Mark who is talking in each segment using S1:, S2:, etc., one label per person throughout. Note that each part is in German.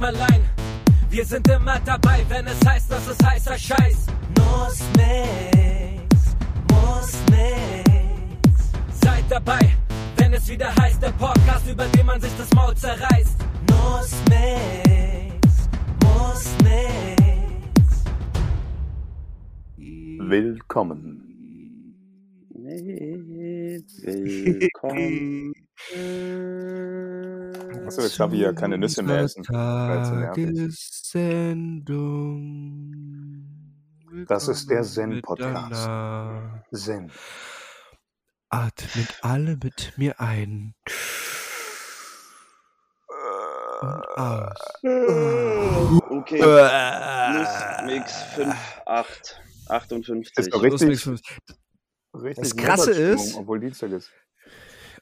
S1: Merlein. Wir sind immer dabei, wenn es heißt, dass es heißer Scheiß.
S2: Muss nix, muss nix,
S1: Seid dabei, wenn es wieder heißt, der Podcast, über den man sich das Maul zerreißt.
S2: muss nix, muss nix.
S3: Willkommen.
S4: Willkommen.
S3: Achso, jetzt darf ich ja keine Nüsse mehr essen. weil es so nervig ist.
S4: Sendung.
S3: Das ist der
S4: Willkommen
S3: Zen-Podcast.
S4: miteinander.
S3: Zen.
S4: Atmet alle mit mir ein und aus.
S5: Okay,
S4: Äh,
S5: Nussmix 5, 8, 58.
S3: Ist doch
S4: Los, Mix
S3: richtig,
S4: fünf.
S3: richtig.
S4: Das Krasse
S3: Montagsstimmung,
S4: ist-
S3: Obwohl Dienstag ist.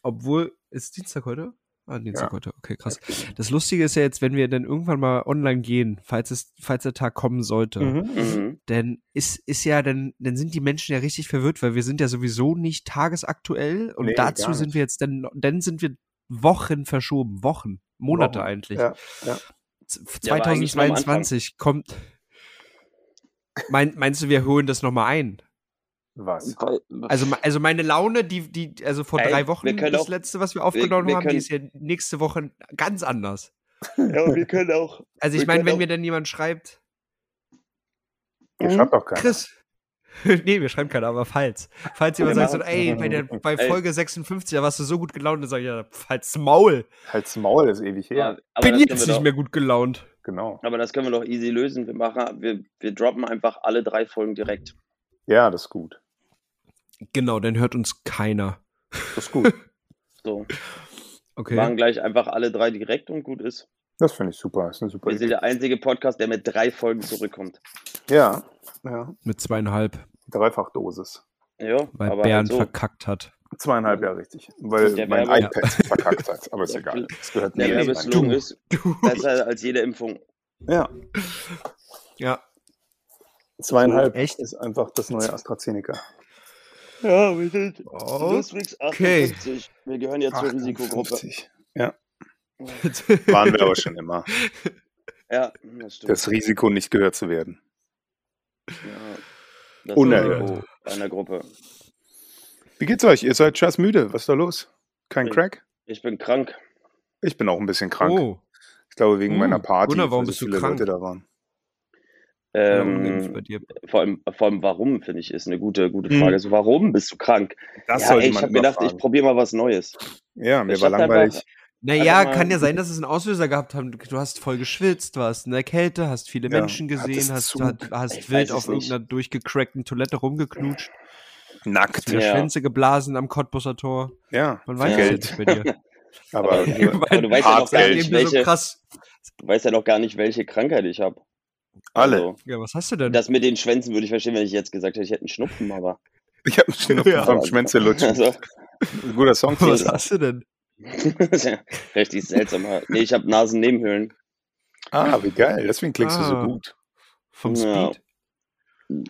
S4: Obwohl, ist Dienstag heute? Ah, Dienstag heute, okay, krass. Das Lustige ist ja jetzt, wenn wir dann irgendwann mal online gehen, falls, es, falls der Tag kommen sollte,
S5: Mhm.
S4: dann ist, ist ja, dann, dann sind die Menschen ja richtig verwirrt, weil wir sind ja sowieso nicht tagesaktuell und
S3: Nee,
S4: dazu
S3: gar nicht.
S4: sind wir jetzt dann, dann sind wir Wochen verschoben, Wochen, Monate
S3: Wochen,
S4: eigentlich.
S3: Ja, ja.
S4: Z-
S5: Ja, aber eigentlich nur am
S4: 2022 kommt. Mein, meinst du, wir holen das nochmal ein?
S3: Was?
S5: Weil-
S4: Also, me- also meine Laune, die, die, also vor
S5: Ey,
S4: drei
S5: wir
S4: Wochen,
S5: können
S4: das
S5: auch-
S4: letzte, was wir aufgenommen
S5: wir
S4: haben, die
S5: können-
S4: ist ja nächste Woche ganz anders.
S5: ja, aber wir können auch.
S4: Also ich
S5: wir
S4: meine,
S5: können
S4: wenn
S5: auch-
S4: mir dann jemand schreibt,
S3: Ihr schreibt doch keinen.
S4: Chris. nee, wir schreiben keiner, aber falls. Falls jemand
S5: Genau.
S4: sagt, so, ey, bei, der, bei
S5: Ey.
S4: Folge 56, da warst du so gut gelaunt, dann sag ich, ja, falls Maul.
S3: Halt's Maul ist ewig her.
S5: aber, aber
S4: Bin
S5: das können
S4: jetzt
S5: wir
S4: nicht
S5: doch,
S4: mehr gut gelaunt.
S3: Genau.
S5: Aber das können wir doch easy lösen. Wir, machen, wir, wir droppen einfach alle drei Folgen direkt.
S3: Ja, das ist gut.
S4: Genau, dann hört uns keiner.
S3: Das ist gut.
S5: So,
S4: Okay.
S5: machen gleich einfach alle drei direkt und gut ist.
S3: Das finde ich super. Das ist eine super
S5: Wir sind
S3: Idee.
S5: der einzige Podcast, der mit drei Folgen zurückkommt.
S3: Ja, ja.
S4: Mit zweieinhalb,
S3: Dreifachdosis.
S5: Ja,
S4: weil
S5: aber
S4: Bern
S5: halt so.
S4: verkackt hat.
S3: Zweieinhalb, ja, richtig. Weil
S5: Der
S3: mein
S5: Werbe-
S3: iPad verkackt hat. Aber ist egal. Das gehört
S5: Der
S3: nicht
S4: nee,
S5: Werbeslogan
S4: du.
S5: ist besser als jede Impfung.
S3: Ja,
S4: Ja.
S3: zweieinhalb
S4: Echt?
S3: ist einfach das neue AstraZeneca.
S5: Ja, wir sind
S4: Oh. Okay.
S5: 58. Wir gehören ja zur Risikogruppe.
S3: 58. Waren wir aber schon immer.
S5: Ja, das stimmt.
S3: Das Risiko, nicht gehört zu werden.
S5: Ja, das
S3: Unerhört.
S5: Risiko
S4: Oh.
S5: einer Gruppe.
S3: Wie geht's euch? Ihr seid scheiß müde. Was ist da los? Kein
S5: Nee.
S3: Crack?
S5: Ich bin krank.
S3: Ich bin auch ein bisschen krank.
S4: oh.
S3: Ich glaube, wegen
S4: Uh,
S3: meiner Party,
S4: Gunnar, warum
S3: weil so
S4: bist du
S3: viele
S4: krank?
S3: Leute da waren.
S4: Ja, ungeimpft bei
S5: Ähm,
S4: dir.
S5: vor, allem, vor allem, warum, finde ich, ist eine gute, gute
S3: Hm.
S5: Frage. So, warum bist du krank?
S3: Das
S5: ja,
S3: sollte
S5: ey, ich
S3: man
S5: habe gedacht,
S3: überfragen.
S5: ich probiere mal was Neues.
S3: Ja, mir
S5: ich
S3: war
S5: hab einfach-
S3: langweilig.
S4: Naja,
S5: einfach mal-
S4: kann ja sein, dass es einen Auslöser gehabt haben. Du hast voll geschwitzt, warst in der Kälte, hast viele
S3: Ja,
S4: Menschen gesehen,
S3: hattest
S4: hast,
S3: Zug.
S4: hast, hast
S5: Ich weiß
S4: wild
S5: es
S4: auf
S5: nicht.
S4: irgendeiner durchgecrackten Toilette rumgeknutscht,
S3: Nackt.
S4: wieder
S5: Ja.
S4: Schwänze geblasen am Cottbusser Tor.
S3: Ja,
S4: Man
S3: für
S4: weiß es
S3: Geld.
S4: jetzt bei dir.
S3: Aber
S5: Aber-
S3: nur
S5: Aber du weißt ja noch gar
S3: Hartgeld.
S5: nicht,
S4: Seitdem du so
S5: welche,
S4: krass.
S5: du weißt ja noch gar nicht, welche Krankheit ich habe.
S3: alle.
S5: Also,
S4: Ja, was hast du denn?
S5: das mit den Schwänzen würde ich verstehen, wenn ich jetzt gesagt hätte, ich hätte einen Schnupfen, aber.
S3: Ich habe schon
S4: Ja.
S3: vom Schwänze lutschen.
S5: Also,
S3: Guter Song.
S4: was hast du denn?
S5: ja, richtig seltsam. Nee, ich habe Nasennebenhöhlen.
S3: Ah, wie geil. Deswegen klingst du so
S4: Ah.
S3: gut.
S4: Vom
S5: Ja,
S4: Speed?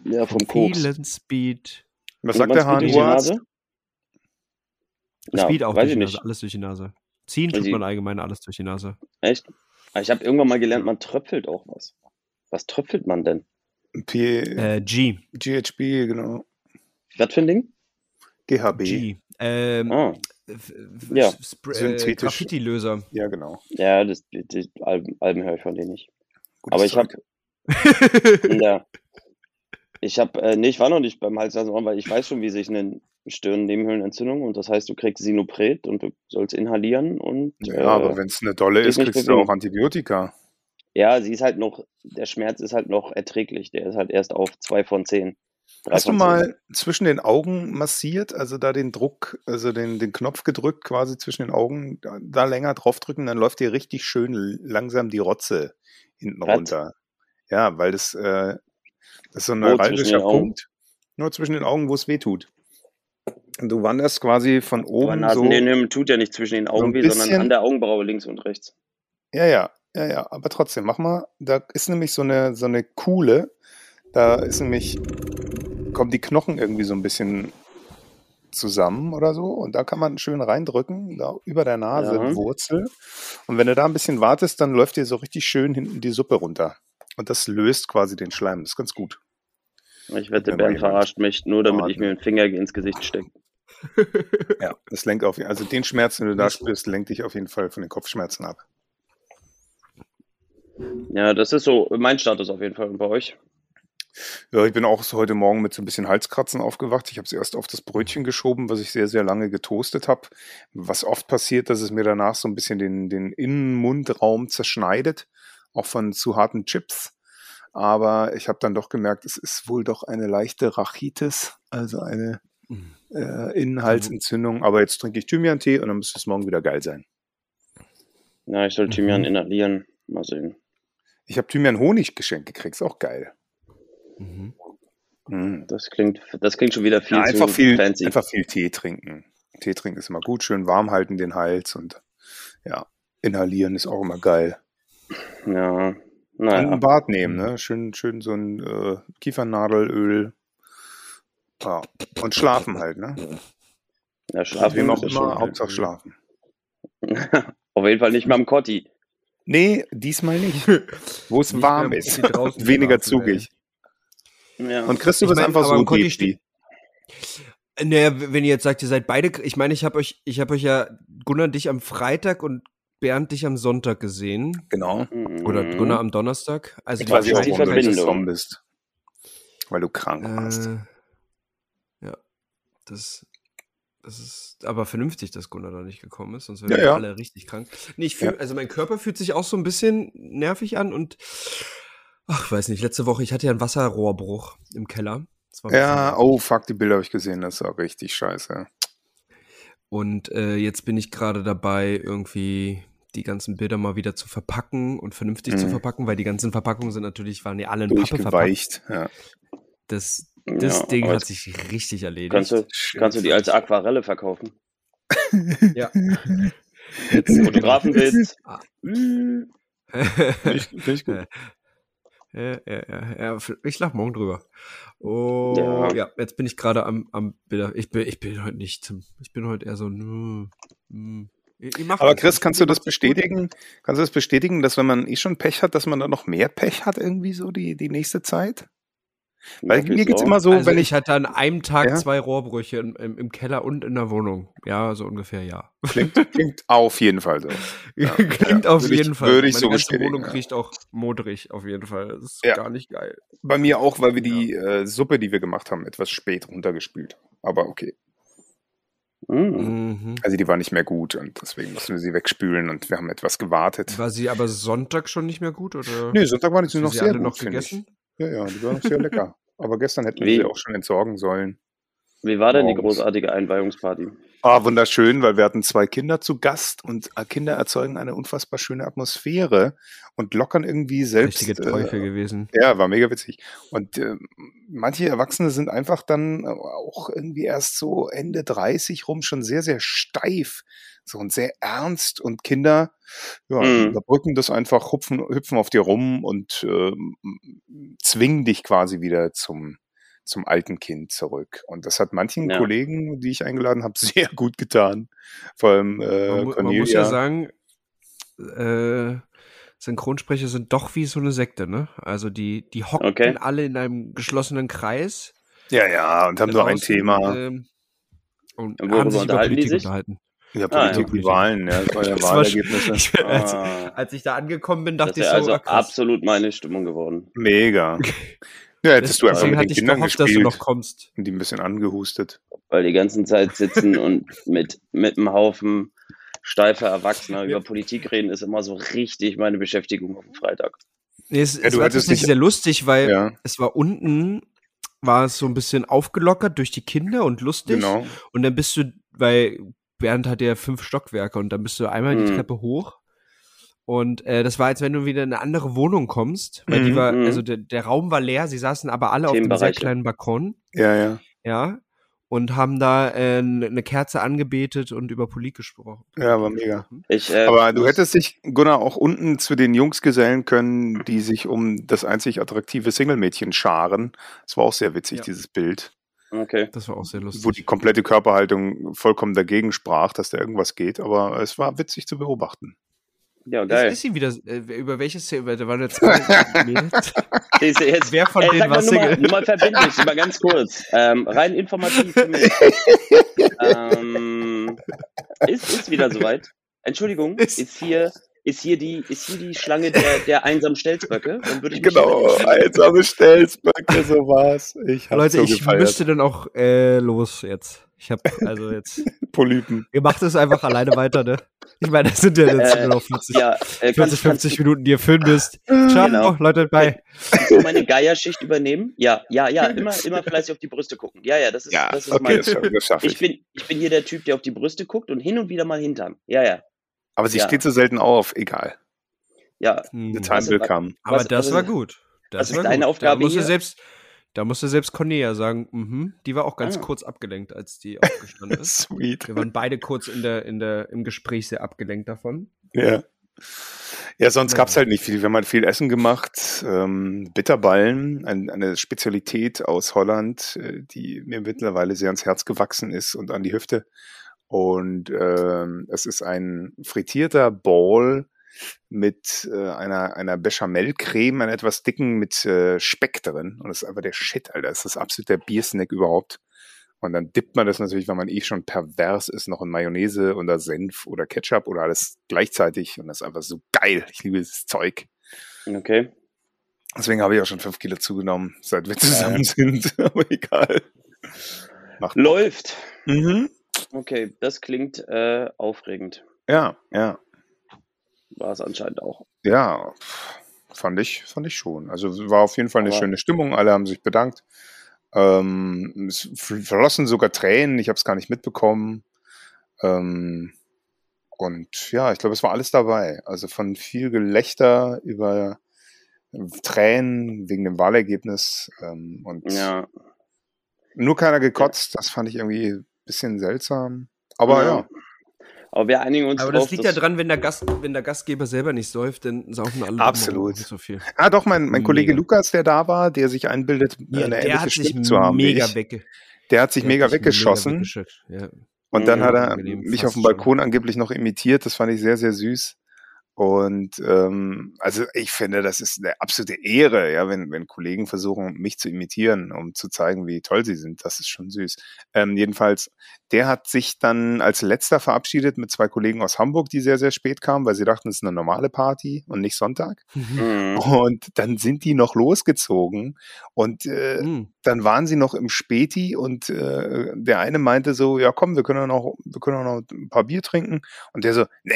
S5: Ja, vom Koks.
S4: Vielen Speed.
S3: Was
S5: Irgendwann
S3: sagt der
S5: ist gut durch die
S3: Hahn?
S5: Nase? Ja,
S4: Speed auch
S5: weiß
S4: durch
S5: ich
S4: die
S5: nicht.
S4: Nase, alles durch die Nase. Ziehen
S5: Weiß
S4: tut
S5: ich-
S4: man allgemein alles durch die Nase.
S5: Echt? Aber Ich habe irgendwann mal gelernt, man tröpfelt auch was. Was tröpfelt man denn?
S3: P
S4: Äh, G.
S3: GHB, genau.
S5: Was für ein Ding?
S3: GHB.
S4: G. Ähm,
S5: Ah,
S4: f- f-
S5: Ja.
S4: Spr- äh,
S3: Synthetisch.
S4: Graffiti-Löser.
S3: Ja, genau.
S5: ja, das, die Alben, Alben höre ich von denen nicht.
S3: Gutes
S5: Aber ich
S3: Zeug.
S5: habe, ja, ich habe, äh, nee, ich war noch nicht beim hals nasen ohren weil ich weiß schon, wie sich eine Stirn-Nebenhöhlenentzündung und das heißt, du kriegst Sinopret und du sollst inhalieren und äh,
S3: Ja, aber wenn es eine dolle
S5: geht
S3: ist,
S5: nicht
S3: kriegst du auch
S5: bewegen.
S3: Antibiotika.
S5: ja, sie ist halt noch, der Schmerz ist halt noch erträglich. Der ist halt erst auf zwei von zehn. drei
S3: Hast du
S5: von zehn.
S3: mal zwischen den Augen massiert, also da den Druck, also den, den Knopf gedrückt quasi zwischen den Augen, da- da länger draufdrücken, dann läuft dir richtig schön langsam die Rotze hinten
S5: Was?
S3: runter. Ja, weil das, äh, das ist so ein
S5: Wo zwischen
S3: neuralgischer
S5: den Augen?
S3: Punkt, nur zwischen den Augen, wo es weh tut. Und du wanderst quasi von
S5: Aber
S3: oben so.
S5: Nasennebenhöhlen tut ja nicht zwischen den Augen
S3: ein
S5: weh, sondern
S3: bisschen-
S5: an der Augenbraue links und rechts.
S3: Ja, ja, ja, ja, aber trotzdem, mach mal, da ist nämlich so eine, so eine Kuhle, da ist nämlich, kommen die Knochen irgendwie so ein bisschen zusammen oder so und da kann man schön reindrücken, da über der Nase
S5: Ja.
S3: Wurzel. Und wenn du da ein bisschen wartest, dann läuft dir so richtig schön hinten die Suppe runter. Und das löst quasi den Schleim. Das ist ganz gut.
S5: Ich wette,
S3: Ja,
S5: Bernd
S3: Mann.
S5: verarscht mich, nur damit ich
S3: Wahnsinn.
S5: mir den Finger ins Gesicht stecke.
S3: Ja. Das lenkt auf, also den Schmerz, den du da spürst, lenkt dich auf jeden Fall von den Kopfschmerzen ab.
S5: Ja, das ist so mein Status auf jeden Fall und bei euch.
S3: Ja, ich bin auch so heute Morgen mit so ein bisschen Halskratzen aufgewacht. Ich habe es erst auf das Brötchen geschoben, was ich sehr, sehr lange getoastet habe. Was oft passiert, dass es mir danach so ein bisschen den, den Innenmundraum zerschneidet, auch von zu harten Chips. Aber ich habe dann doch gemerkt, es ist wohl doch eine leichte Rachitis, also eine
S5: Mhm.
S3: äh, Innenhalsentzündung. Aber jetzt trinke ich Thymian-Tee und dann müsste es morgen wieder geil sein.
S5: Ja, ich soll
S4: Mhm.
S5: Thymian inhalieren. Mal sehen.
S3: Ich habe Thymian-Honig geschenkt gekriegt, ist auch geil.
S4: Mhm.
S3: Mm.
S5: Das klingt, das klingt schon wieder viel
S3: Ja,
S5: zu
S3: einfach viel,
S5: fancy.
S3: einfach viel Tee trinken. Tee trinken ist immer gut, schön warm halten den Hals und ja, inhalieren ist auch immer geil.
S5: ja, Mhm.
S3: Und
S5: naja.
S3: ein Bad nehmen, ne? Schön, schön so ein äh, Kiefernadelöl. Ja. Und schlafen halt, ne?
S5: Ja, Mhm.
S3: Auf
S5: schlafen
S3: wem auch
S5: ist
S3: immer,
S5: schon-
S3: Hauptsache schlafen.
S5: Auf jeden Fall nicht mal am Kotti.
S3: Nee, diesmal nicht. Wo es
S4: Nicht
S3: warm
S4: mehr
S3: ist.
S4: Profi draußen
S3: Weniger
S4: schlafen,
S3: zugig.
S5: Ja.
S3: Und Chris, du
S4: Ich
S3: bist
S4: mein,
S3: einfach
S4: aber
S3: so
S4: im Kotti
S3: deep,
S4: steht- Äh, Naja, w- wenn ihr jetzt sagt, ihr seid beide, ich meine, ich habe euch, ich habe euch ja Gunnar dich am Freitag und Bernd dich am Sonntag gesehen
S3: Genau.
S4: oder
S5: Mhm.
S4: Gunnar am Donnerstag. Also
S3: Ich weiß
S5: schon
S3: ja auch,
S5: die
S3: warum du nicht
S5: Verbindung.
S3: gekommen bist. Weil du krank warst.
S4: äh, ja, das, das ist aber vernünftig, dass Gunnar da nicht gekommen ist, sonst wären
S3: Ja,
S4: wir
S3: ja.
S4: alle richtig krank. Nee, ich fühl,
S3: Ja.
S4: also mein Körper fühlt sich auch so ein bisschen nervig an und ach, weiß nicht, letzte Woche, ich hatte ja einen Wasserrohrbruch im Keller. Das war ein bisschen-
S3: Ja, oh fuck, die Bilder habe ich gesehen, das war richtig scheiße.
S4: Und äh, jetzt bin ich gerade dabei, irgendwie die ganzen Bilder mal wieder zu verpacken und vernünftig zu
S3: Mhm.
S4: verpacken, weil die ganzen Verpackungen sind natürlich, waren ja alle in Pappe verpackt.
S3: Durchgeweicht. Ja.
S4: Das,
S5: Ja,
S4: das Ding
S5: aber
S4: hat
S5: jetzt
S4: sich richtig erledigt.
S5: Kannst du, kannst du die als Aquarelle verkaufen?
S4: Ja.
S5: Jetzt Fotografenbild.
S4: Ah.
S3: Nicht, nicht gut.
S4: Ja, ja, ja, ja, ich lach morgen drüber. Oh, ja.
S5: Ja.
S4: jetzt bin ich gerade am, am Bilder. Ich bin, ich bin heute nicht, ich bin heute eher so, nö, hm. Ihr- ihr macht
S3: Aber
S4: das.
S3: Chris, kannst du
S4: Ihr
S3: das
S4: macht gut.
S3: bestätigen? Kannst du das bestätigen, dass wenn man eh schon Pech hat, dass man dann noch mehr Pech hat irgendwie so die, die nächste Zeit? Weil mir geht's immer so,
S4: also
S3: wenn
S4: ich
S3: ich
S4: hatte an einem Tag
S3: Ja?
S4: zwei Rohrbrüche im, im, im Keller und in der Wohnung. Ja, so ungefähr, ja.
S3: klingt, klingt auf jeden Fall so.
S4: Klingt
S3: ja,
S4: auf
S3: würde ich-
S4: jeden Fall.
S3: würde ich
S4: Meine
S3: so
S4: ganze
S3: bestätigen,
S4: Wohnung
S3: ja.
S4: kriegt auch modrig auf jeden Fall. Das ist
S3: Ja.
S4: gar nicht geil.
S3: Bei mir auch, weil wir die äh, Suppe, die wir gemacht haben, etwas spät runtergespült. Aber okay.
S5: Mhm.
S3: Also die war nicht mehr gut und deswegen mussten wir sie wegspülen und wir haben etwas gewartet.
S4: War sie aber Sonntag schon nicht mehr gut oder?
S3: Nö, Sonntag war die
S4: Hast du
S3: noch
S4: sie
S3: sehr
S4: alle
S3: gut,
S4: noch
S3: finde ich.
S4: gegessen?
S3: Ja, ja, die war noch sehr lecker. Aber gestern hätten wir
S5: Wie?
S3: sie auch schon entsorgen sollen.
S5: Wie war denn die
S3: Morgens.
S5: großartige Einweihungsparty?
S3: Ah, wunderschön, weil wir hatten zwei Kinder zu Gast und äh, Kinder erzeugen eine unfassbar schöne Atmosphäre und lockern irgendwie selbst.
S4: Richtige Teufel gewesen.
S3: Äh, ja, war mega witzig. Und äh, manche Erwachsene sind einfach dann äh, auch irgendwie erst so Ende 30 rum schon sehr, sehr steif. So und sehr ernst und Kinder, ja,
S5: Mhm.
S3: überbrücken das einfach, hupfen, hüpfen auf dir rum und ähm, zwingen dich quasi wieder zum, zum alten Kind zurück. Und das hat manchen
S5: Ja.
S3: Kollegen, die ich eingeladen habe, sehr gut getan. Vor allem äh,
S4: Man, mu-
S3: Cornelia.
S4: man muss ja sagen, äh, Synchronsprecher sind doch wie so eine Sekte, ne? Also die, die hocken
S5: Okay.
S4: alle in einem geschlossenen Kreis.
S3: ja, ja, und haben nur ein
S4: draußen,
S3: Thema.
S4: ähm, und
S5: Worüber
S4: haben sich über
S5: unterhalten die
S4: Politik
S5: sich?
S4: unterhalten.
S3: Ja,
S5: Ah, ja,
S3: Politik, die
S4: Politik.
S3: Wahlen, ja, das war ja
S4: Das war schon-
S3: Wahlergebnisse.
S4: Ich, als,
S5: Ah.
S4: als ich da angekommen bin,
S5: Das
S4: dachte ich
S5: ist
S4: so,
S5: also
S4: ah, krass.
S5: absolut meine Stimmung geworden.
S3: Mega. Ja, hättest du einfach
S4: Deswegen
S3: mit den
S4: hatte ich
S3: Kindern
S4: gehofft, dass du
S3: gespielt
S4: noch kommst.
S3: und die ein bisschen angehustet.
S5: Weil die ganze Zeit sitzen und mit, mit einem Haufen steifer Erwachsener über Politik reden, ist immer so richtig meine Beschäftigung auf dem Freitag.
S4: Nee, es,
S3: Ja,
S4: es
S3: du
S4: war
S3: hättest
S4: tatsächlich
S3: nicht-
S4: sehr lustig, weil
S3: Ja,
S4: es war unten, war es so ein bisschen aufgelockert durch die Kinder und lustig.
S3: genau.
S4: Und dann bist du, weil Bernd hat ja fünf Stockwerke und dann bist du einmal die
S5: Mhm.
S4: Treppe hoch. Und äh, das war, als wenn du wieder in eine andere Wohnung kommst, weil die
S3: Mhm.
S4: war,
S5: Mhm.
S4: also der, der Raum war leer, sie saßen aber alle auf dem sehr
S5: Themenbereiche.
S4: kleinen Balkon.
S3: Ja, ja.
S4: ja, und haben da äh, eine Kerze angebetet und über Polit gesprochen.
S3: Ja, war mega.
S5: Ich, äh,
S3: Aber du
S5: muss-
S3: hättest dich, Gunnar, auch unten zu den Jungs gesellen können, die sich um das einzig attraktive Single-Mädchen scharen. Das war auch sehr witzig,
S4: Ja.
S3: dieses Bild.
S5: Okay.
S4: Das war auch sehr lustig.
S3: wo die komplette Körperhaltung vollkommen dagegen sprach, dass da irgendwas geht, aber es war witzig zu beobachten.
S5: Ja,
S4: Ist,
S5: geil.
S4: ist ihm wieder, äh, über welches Szene, da waren jetzt zwei Mädels.
S5: Siehst du, jetzt,
S4: Wer von denen
S5: sag mal
S4: war
S5: nur mal,
S4: Single?
S5: nur mal verbindlich, mal ganz kurz. Ähm, rein informativ für mich. ähm, ist, ist wieder soweit. Entschuldigung,
S4: Ist-
S5: ist, hier, ist, hier, die, ist hier die Schlange der, der einsamen Stelzböcke? Dann würde ich mich
S3: Genau, einsame Stelzböcke, so war's. Ich hab's
S4: Leute,
S3: so
S4: ich
S3: gefeiert.
S4: müsste dann auch äh, los jetzt. Ich habe also jetzt,
S3: Polypen.
S4: ihr macht es einfach alleine weiter, ne? Ich meine, das sind ja jetzt
S5: Äh,
S4: nur noch 40,
S5: Ja, äh,
S4: 40
S5: kannst,
S4: 50
S5: kannst,
S4: Minuten, die ihr füllen müsst. Ciao,
S5: Genau.
S4: Leute, bye.
S5: kannst du meine Geierschicht übernehmen? Ja, ja, ja, immer, immer fleißig auf die Brüste gucken. Ja, ja, das ist,
S3: Ja,
S5: das ist
S3: okay,
S5: mein.
S3: das schaff- das schaffe ich.
S5: Ich bin, ich bin hier der Typ, der auf die Brüste guckt und hin und wieder mal hintern. Ja, ja.
S3: aber sie
S5: ja.
S3: steht so selten auf, egal.
S5: Ja,
S3: The
S4: Hm.
S3: time
S5: Was-
S3: will come.
S4: Aber
S5: was-
S4: das
S3: also
S5: was
S4: war
S5: ist-
S4: gut. Das
S5: was ist
S4: war
S5: deine
S4: gut.
S5: Aufgabe
S4: da musste
S5: hier?
S4: selbst Da musste selbst Cornelia sagen, mhm, die war auch ganz
S5: Ah.
S4: kurz abgelenkt, als die aufgestanden ist.
S3: Sweet.
S4: Wir waren beide kurz in der, in der, im Gespräch sehr abgelenkt davon.
S3: Ja. Ja, sonst
S4: Ja.
S3: gab's halt nicht viel. Wir haben halt viel Essen gemacht. Ähm, Bitterballen, ein, eine Spezialität aus Holland, äh, die mir mittlerweile sehr ans Herz gewachsen ist und an die Hüfte. Und ähm, es ist ein frittierter Ball mit äh, einer, einer Bechamel-Creme, einer etwas dicken mit äh, Speck drin. Und das ist einfach der Shit, Alter. Das ist absolut der Biersnack überhaupt. Und dann dippt man das natürlich, wenn man eh schon pervers ist, noch in Mayonnaise oder Senf oder Ketchup oder alles gleichzeitig. Und das ist einfach so geil. Ich liebe dieses Zeug.
S5: okay.
S3: Deswegen habe ich auch schon fünf Kilo zugenommen, seit wir zusammen sind. Aber egal. Macht
S5: Läuft.
S3: Mhm.
S5: Okay, das klingt äh, aufregend.
S3: Ja, ja.
S5: War es anscheinend auch.
S3: Ja, pff, fand ich, fand ich schon. Also war auf jeden Fall eine
S5: Aber-
S3: schöne Stimmung, alle haben sich bedankt. Ähm, es fl- verlossen sogar Tränen, ich habe es gar nicht mitbekommen. Ähm, und ja, ich glaube, es war alles dabei. Also von viel Gelächter über äh, Tränen wegen dem Wahlergebnis ähm, und
S5: Ja.
S3: nur keiner gekotzt, das fand ich irgendwie ein bisschen seltsam. Aber ja,
S5: Mhm. Aber wir einigen uns
S4: Aber
S5: drauf,
S4: das liegt ja dran, wenn der, Gast, wenn der Gastgeber selber nicht säuft, dann saufen alle
S3: Absolut.
S4: drumherum nicht so viel.
S3: Ah, doch, mein, mein Kollege
S4: Mega.
S3: Lukas, der da war, der sich einbildet, eine
S4: der
S3: ähnliche
S4: hat sich
S3: Stimme zu haben. wie
S4: mega
S3: ich.
S4: wegge
S3: Der hat sich
S4: der
S3: mega
S4: hat sich
S3: weggeschossen
S4: weggeschickt, ja.
S3: und dann
S5: Mhm.
S3: hat er
S4: Angenehm,
S3: mich
S4: fast
S3: auf dem Balkon angeblich noch imitiert. Das fand ich sehr, sehr süß. Und ähm, also ich finde, das ist eine absolute Ehre, ja, wenn, wenn Kollegen versuchen, mich zu imitieren, um zu zeigen, wie toll sie sind. Das ist schon süß. Ähm, jedenfalls, der hat sich dann als letzter verabschiedet mit zwei Kollegen aus Hamburg, die sehr, sehr spät kamen, weil sie dachten, es ist eine normale Party und nicht Sonntag.
S5: Mhm.
S3: Und dann sind die noch losgezogen und äh,
S4: Mhm.
S3: dann waren sie noch im Späti und äh, der eine meinte so, ja komm, wir können auch noch, wir können auch noch ein paar Bier trinken. Und der so, nee,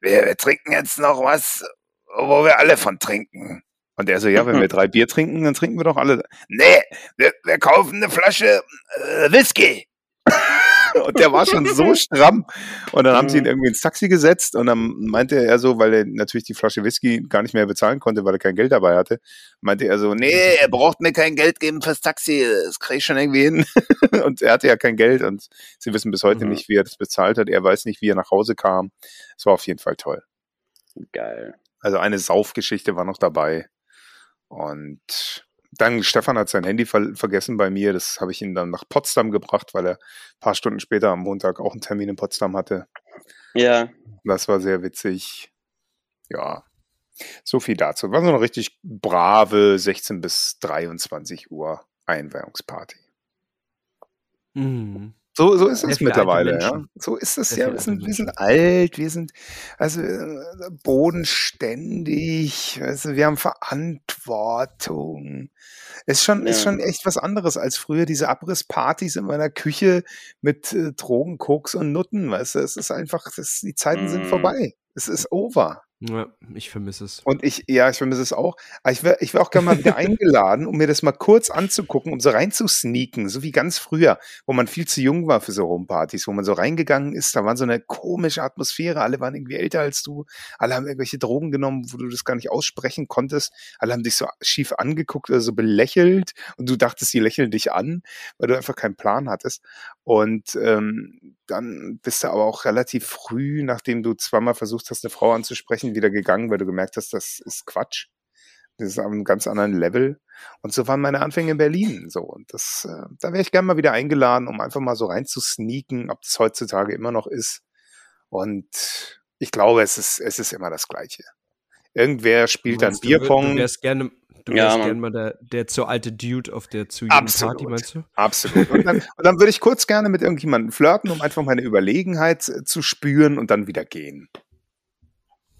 S3: wir, wir trinken jetzt noch was, wo wir alle von trinken. Und er so, ja, wenn wir drei Bier trinken, dann trinken wir doch alle. Nee, wir, wir kaufen eine Flasche äh, Whisky. und der war schon so stramm. Und dann haben sie ihn irgendwie ins Taxi gesetzt und dann meinte er so, weil er natürlich die Flasche Whisky gar nicht mehr bezahlen konnte, weil er kein Geld dabei hatte, meinte er so, nee, er braucht mir kein Geld geben fürs Taxi, das krieg ich schon irgendwie hin. und er hatte ja kein Geld und sie wissen bis heute
S5: Mhm.
S3: nicht, wie er das bezahlt hat. Er weiß nicht, wie er nach Hause kam. Es war auf jeden Fall toll.
S5: Geil.
S3: Also eine Saufgeschichte war noch dabei. Und dann, Stefan hat sein Handy ver vergessen bei mir. Das habe ich ihn dann nach Potsdam gebracht, weil er ein paar Stunden später am Montag auch einen Termin in Potsdam hatte.
S5: Ja,
S3: Das war sehr witzig. Ja, so viel dazu. War so eine richtig brave 16 bis 23 Uhr Einweihungsparty.
S4: Mhm.
S3: So, so ist
S4: Sehr
S3: es
S4: viele alte
S3: mittlerweile, ja.
S4: Menschen.
S3: So ist es
S4: Sehr viele
S3: ja. Wir
S4: alte
S3: sind, wir
S4: Menschen.
S3: sind alt, wir sind also äh, bodenständig, weißt du, wir haben Verantwortung. Ist schon, ist
S5: Ja.
S3: schon echt was anderes als früher diese Abrisspartys in meiner Küche mit äh, Drogen, Koks und Nutten, weißt du. Es ist einfach, das, die Zeiten sind
S5: Mm.
S3: vorbei. Es ist over.
S4: Ja, ich vermisse es.
S3: Und ich, ja, ich vermisse es auch. Aber ich wäre ich wär auch gerne mal wieder eingeladen, um mir das mal kurz anzugucken, um so reinzusneaken, so wie ganz früher, wo man viel zu jung war für so Homepartys, wo man so reingegangen ist, da war so eine komische Atmosphäre, alle waren irgendwie älter als du, alle haben irgendwelche Drogen genommen, wo du das gar nicht aussprechen konntest, alle haben dich so schief angeguckt oder so belächelt und du dachtest, die lächeln dich an, weil du einfach keinen Plan hattest. Und ähm, dann bist du aber auch relativ früh, nachdem du zweimal versucht hast, eine Frau anzusprechen, wieder gegangen, weil du gemerkt hast, das ist Quatsch. Das ist auf einem ganz anderen Level. Und so waren meine Anfänge in Berlin. So, und das, äh, da wäre ich gerne mal wieder eingeladen, um einfach mal so reinzusneaken, ob das heutzutage immer noch ist. Und ich glaube, es ist, es ist immer das Gleiche. Irgendwer spielt dann
S4: Du wür- Du
S3: Bierpong.
S4: wärst gerne, du
S5: Ja,
S4: wärst
S5: Mann.
S4: gerne mal der, der zu alte Dude auf der zu jungen
S3: Absolut.
S4: Party, meinst du?
S3: Absolut. Und dann, und dann würde ich kurz gerne mit irgendjemandem flirten, um einfach meine Überlegenheit äh, zu spüren und dann wieder gehen.